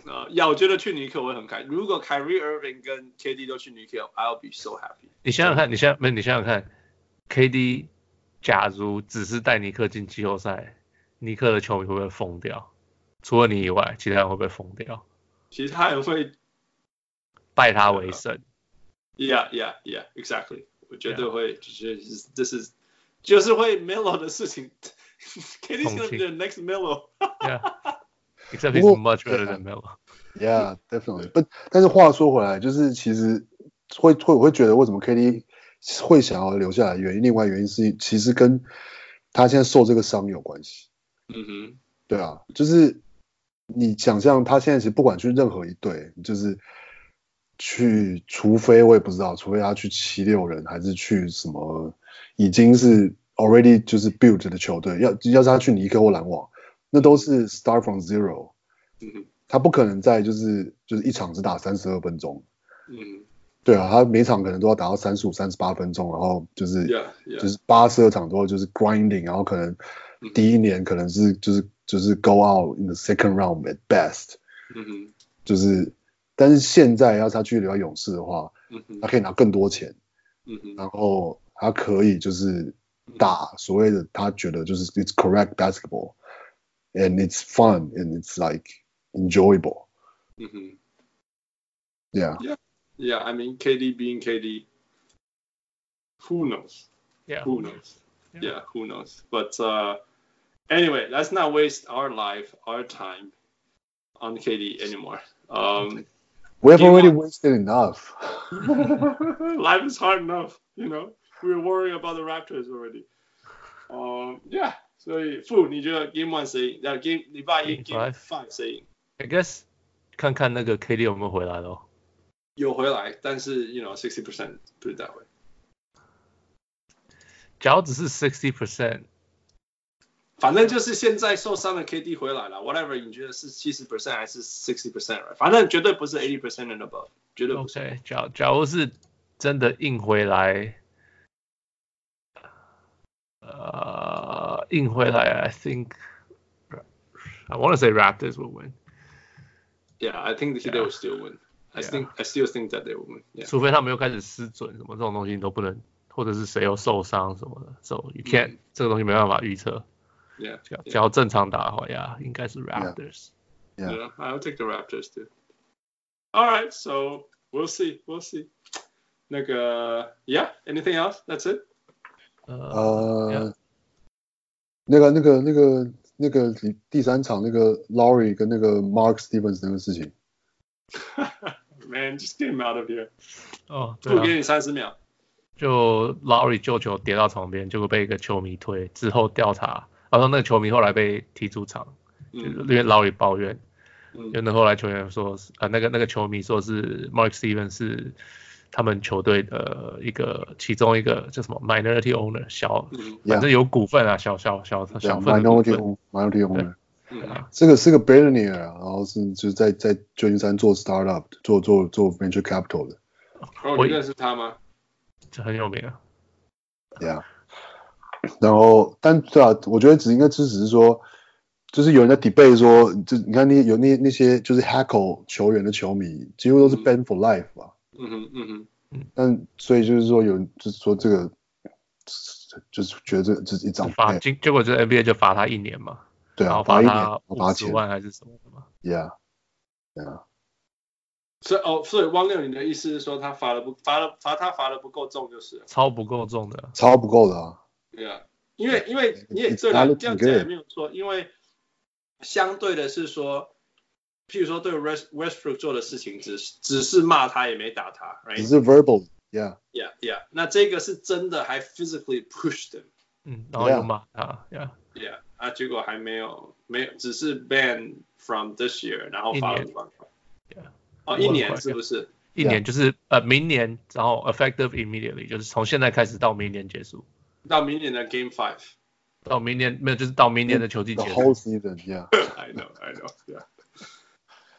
呃，呀，我觉得去尼克我会很开。如果 Kyrie Irving 跟 KD 都去尼克，I'll be so happy。你想想看，你想没有你想想看，KD 假如只是带尼克进季后赛，尼克的球迷会不会疯掉？除了你以外，其他人会不会疯掉？其他人会拜他为神。 ，Yeah, yeah, yeah, exactly。我觉得会就是这是就是会 Melo 的事情。KD is gonna be the next Melo。 Yeah，except 不 he's 过 much better 对啊 than Melo。 Yeah, definitely. But 但是话说回来，就是其实会会我会觉得为什么 KD 会想要留下来，原因另外原因是其实跟他现在受这个伤有关系。嗯哼，对啊，就是你想象他现在其实不管去任何一队，就是去，除非我也不知道，除非他去七六人，还是去什么已经是 already 就是 built 的球队，要要是他去尼克或篮网，那都是 start from zero，嗯哼，他不可能在就是就是一场只打三十二分钟，嗯对啊，他每场可能都要打到三十五、三十八分钟，然后就是，Yeah, yeah。就是八十二场多就是 grinding，然后可能第一年可能是就是就是 go out in the second round at best，嗯哼，就是但是现在要是他去留在勇士的话，嗯他哼，可以拿更多钱，嗯哼，然后他可以就是打所谓的他觉得就是 it's correct basketball and it's fun and it's like enjoyable。嗯哼。 Yeah, Yeah, I mean KD being KD. Who knows? Yeah， Who knows? Yeah. Yeah, who knows? But uh, anyway, let's not waste our life, our time on KD anymore. Um, we have Do you already want- wasted enough. life is hard enough, you know. We were worrying about the Raptors already. Um, yeah. So, Fu, 你觉得 Game One 谁赢？那 Game 礼拜一 Game Game five. Five I guess 看看那个 KD 有没有回来咯。谁赢？有回来，但是 you know sixty percent 不是 that way. 假如只是 sixty percent，反正就是现在受伤的 KD 回来了，whatever 你觉得是七十 percent 还是 sixty percent，反正绝对不是 eighty percent and above，绝对不是。 OK，假假如是真的硬回来，呃，硬回来，I think I want to say Raptors will win，、 Yeah, I think they will still win. I Yeah. think I still think that they will win. Yeah. 除非他们又开始失准什么这种东西，你都不能，或者是谁又受伤什么的，so you can't、这个东西没办法预测。嗯 Yeah. 只要只要正常打的话呀，应该是 Raptors。 Yeah. Yeah, I will take the Raptors too. All right, so we'll see, we'll see. 那个，Yeah, anything else? That's it. 呃，呃，那个、那个、那个、那个第第三场那个 Laurie 跟那个 Mark Stevens 那个事情， Man, just get him out of here. 哦，对不啊给，你三十秒。就 Lowry 救球跌到床边，结果被一个球迷推，之后调查，然后那个球迷后来被踢出场，就是嗯因为 Lowry 抱怨，嗯就那后来球员说是，呃，那个那个球迷说是 Mark Stevens 是他们球队的一个其中一个叫什么 minority owner 小，嗯反正有股份啊，小小小对啊小份的股，Minority 份， Owner- Minority 对 Owner，嗯这个是个 Billionaire，然啊后是就是在在旧金山做 Startup，做做做 Venture Capital 的哦，我你认识他吗？这很有名啊。 ，Yeah。然后，但对啊，我觉得只应该只只是说，就是有人在 debate 说，就你看那有那那些就是 hackle 球员的球迷，几乎都是嗯 ban for life 啊吧、嗯哼，嗯哼。但所以就是说有，人就是说这个，就是觉得这这一张罚结结果就是 NBA 就罚他一年嘛，对然啊，后罚罚一年，他罚五八十千万还是什么的嘛。 ，Yeah，对啊，所以哦，所以汪六，你的意思是说他罚的不罚的罚他罚的不够重就是了，超不够重的，超不够的啊，对啊，因为因为你也 It's 对啦， not 这样讲也 good. 没有错，因为相对的是说譬如说对 West Westbrook 做的事情，只是只是骂他也没打他只，right？Yeah 是 verbal，yeah， yeah，那这个是真的还 physically push them。嗯，然后又 Yeah 骂他，Yeah， Yeah，啊，结果还没有，没有，只是 ban from this year，然后罚了一五万块 Yeah。哦，一五万年块是不是？一年就是呃明年，然后 effective immediately 就是从现在开始到明年结束，到明年的 Game Five。到明年没有就是到明年的球季嗯 the 结束。whole season，yeah， I know, I know.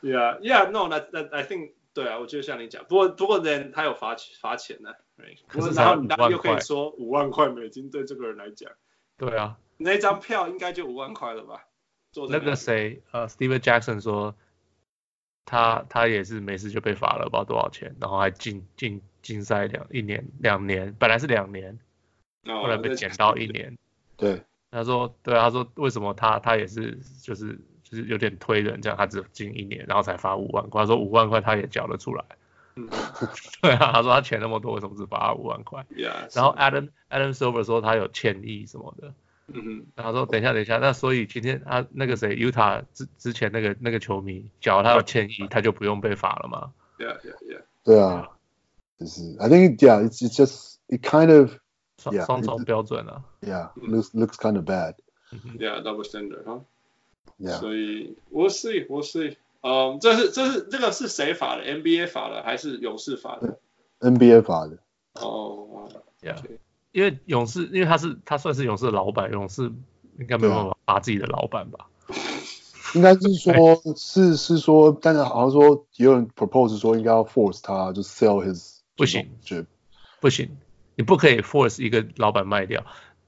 Yeah, yeah, yeah. No, that that I think 对啊，我就像你讲，不过不过 then 他有罚罚钱呢、right？可不是过才然后你5万当然又可以块说五万块美金对这个人来讲，对啊，那张票应该就五万块了吧？坐在那个里谁呃 Steve Jackson 说他他也是没事就被罚了，不知道多少钱，然后还禁禁禁赛两一年两年，本来是两年，哦后来被那减到一年。对，他说对啊，他说为什么他他也是就是就是有点推人这样，他只进一年，然后才罚五万块。他说五万块他也缴得出来。 嗯对啊，他说他钱那么多，为什么只罚五万块？ ，Yeah， 然后是 Adam Adam Silver 说他有歉意什么的，嗯哼然后说等一下等一下，那所以今天他那个谁 Utah 之之前那个那个球迷，只要他有歉意，他就不用被罚了嘛。 ，Yeah, Yeah, Yeah，对啊，就是 I think yeah，it's it's just it kind of 双 Yeah，双重标准啊。 yeah looks looks kind of bad，yeah，嗯 Yeah, double standard 哈、所以 we'll see, we'll see。嗯，这是这是这个是谁罚的？NBA 罚的还是勇士罚的？ NBA 法的，哦，哇 Yeah， Okay 因为勇士，因为他是他算是勇士的老板，勇士应该没有办法罚自己的老板吧？应该是说，是是说，但是好像说也有人 propose 说应该要 force 他就 sell his 不行 ownership，不行，你不可以 force 一个老板卖掉。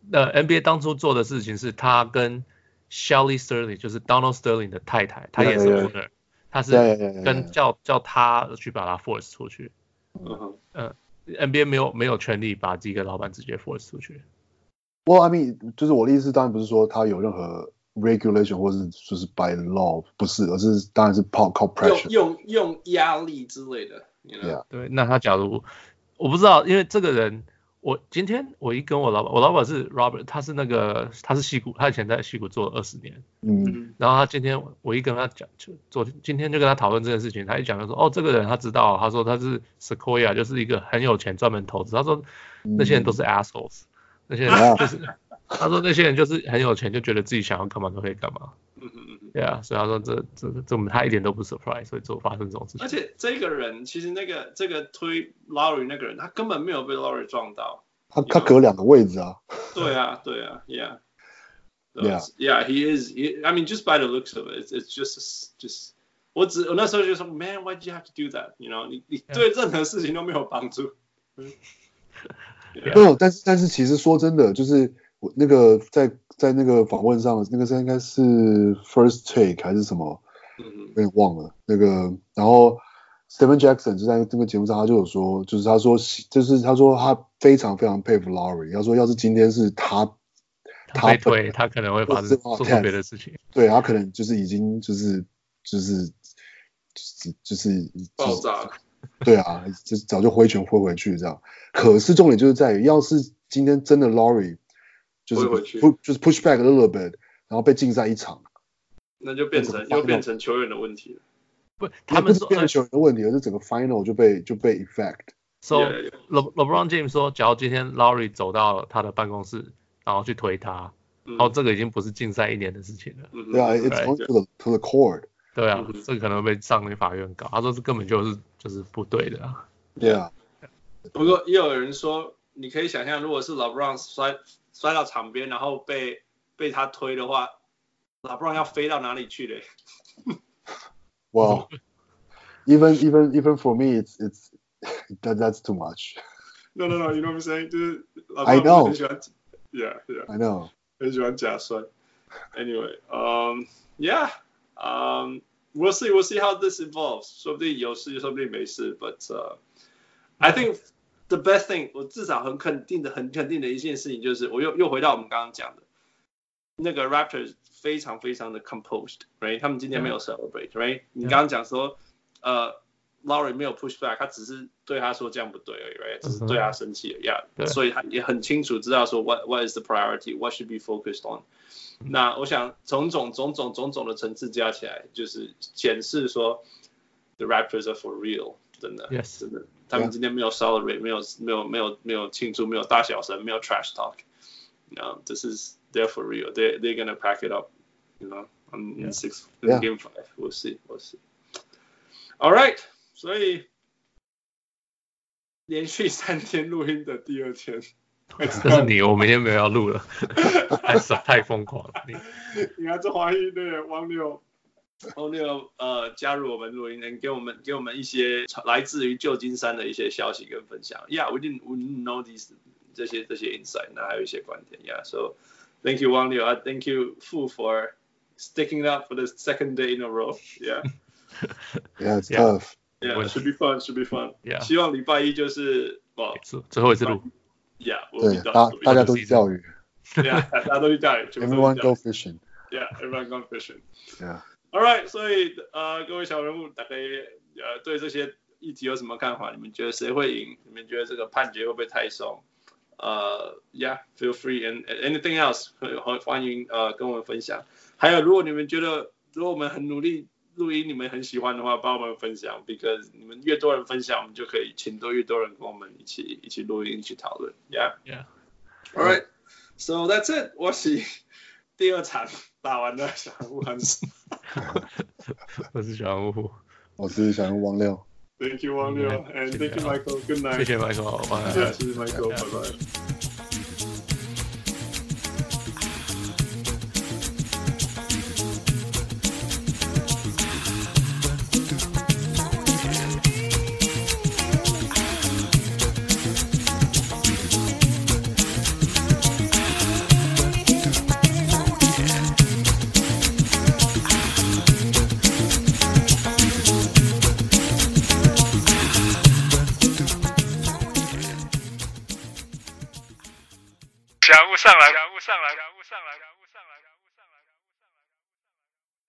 那 NBA 当初做的事情是，他跟 Shelly Sterling，就是 Donald Sterling 的太太，她也是 Yeah, yeah, yeah. owner，她是 Yeah, yeah, yeah, yeah, 跟 yeah. 叫叫他去把他 force 出去。嗯哼 NBA 没有没有权利把这个老板直接 force 出去。 Well, I mean，就是我的意思，当然不是说他有任何 regulation 或是就是 by law 不是，而是当然是靠靠 pressure 用。用用压力之类的，you know， Yeah. 对，那他假如我不知道，因为这个人，我今天我一跟我老板，我老板是 Robert，他是那个他是戏骨，他以前在戏骨做了二十年，嗯，嗯然后他今天我一跟他讲，就昨天今天就跟他讨论这件事情，他一讲就说，哦，这个人他知道，他说他是 Sequoia，就是一个很有钱专门投资，他说那些人都是 assholes，那些人就是，他说那些人就是很有钱，就觉得自己想要干嘛都可以干嘛。嗯嗯嗯嗯。对啊，所以他说这这这我们他一点都不 surprise，所以就发生这种事情。而且这个人其实那个这个推 Lowry 那个人，他根本没有被 Lowry 撞到。他他隔两个位置啊，对啊，对啊，Yeah。 Yeah. Yeah, he is. He, I mean, just by the looks of it, it's, it's just, just. 我只我那时候就说，Man, why did you have to do that? You know，你你 Yeah. 对任何事情都没有帮助。 没有，但是但是其实说真的，就是我那个在在那个访问上，那个是应该是 first take 还是什么，嗯有点忘了那个。然后 Stephen Jackson 就在那个节目上，他就有说，就是他说，就是他说他非常非常佩服 Laurie，他说要是今天是他，他被他本推，他可能会发生就是做出 attacks 别的事情。对他可能就是已经就是就是就是就是爆炸了。对啊，就早就挥拳挥回去这样。可是重点就是在于，要是今天真的 Laurie 就是挥回去 pu- 就是 push back a little bit，然后被禁赛一场，那就变成又变成球员的问题了。不，他们不是说呃变成球员的问题，而是整个 final 就被就被 effect。 ，so Yeah, yeah. Le LeBron James 说，假如今天 Lowry 走到他的办公室，然后去推他，嗯然后这个已经不是禁赛一年的事情了。嗯哼对啊，it's Right. going to the to the court。对啊嗯，这个可能会被上那法院告。他说这根本就是就是不对的啊。对啊，不过也有人说，你可以想象，如果是 LeBron 摔摔到场边，然后被被他推的话，LeBron 要飞到哪里去嘞？ Well, even even even for me, it's it's that that's too much. No no no，you know what I'm saying？就是 I LeBron know. 很喜欢，yeah yeah， I know. 很喜欢假摔。Anyway，嗯、um,，yeah，嗯、um,，we'll see，we'll see how this evolves。说不定有事，说不定没事。But、uh, I think the best thing，我至少很肯定的、很肯定的一件事情就是，我又又回到我们刚刚讲的，那个 Raptors 非常非常的 composed，right？他们今天没有 celebrate，right？你刚刚讲说，呃 Lowry 没有 push back，他只是对他说这样不对而已，right？只嗯哼是对他生气而已，yeah 对所以他也很清楚知道说 what what is the priority，what should be focused on。那嗯我想种种种种种种的层次加起来，就是显示说 the Raptors are for real，真的 Yes 真的，他们 Yeah 今天没有 celebrate，没有没有没有没有庆祝，没有大小声，没有 trash talk。No, this is they're for real. They they're gonna pack it up, you know, on Yeah. in six in Yeah. game five. We'll see. We'll see. All right，所以连续三天录音的第二天，但是你，我明天没有要录了， 太傻太疯狂了。你你看这华裔队的汪六，汪六呃加入我们录音，能给我们给我们一些呃来自于旧金山的一些消息跟分享。Yeah，we didn't we didn't know these 这些这些 insight，那还有一些观点。Yeah，so thank you 汪六啊，thank you Fu for sticking up for the second day in a row。Yeah。 Yeah, it's Yeah. tough. Yeah, 问 it 题 should be fun, should be fun. Yeah 希望礼拜一就是哦最最后一次录， ，Yeah，我对遇，到大大家都我去钓鱼 Yeah，大家都去钓鱼，全部都，Everyone 去 go 钓 fishing. 鱼。Yeah，everyone go fishing。 Yeah. All right，所以呃，各位小人物，大概呃对这些议题有什么看法？你们觉得谁会赢？你们觉得这个判决会不会太松？呃、y e a h f e e l free and and anything else，欢欢迎呃跟我们分享。还有，如果你们觉得如果我们很努力录音，你们很喜欢的话，帮我们分享，because 你们越多人分享，我们就可以请多越多人跟我们一起一起录音，一起讨论。Yeah。 Yeah. All right. So that's it. 我是第二场打完了小人物 很我是小人物，我是想用汪六。 Thank you, Wang Liu, Yeah, and check thank it you, out. Michael. Good 谢 night. 谢 Michael，晚 Yeah, 安。 this is Michael. Yeah. Bye bye.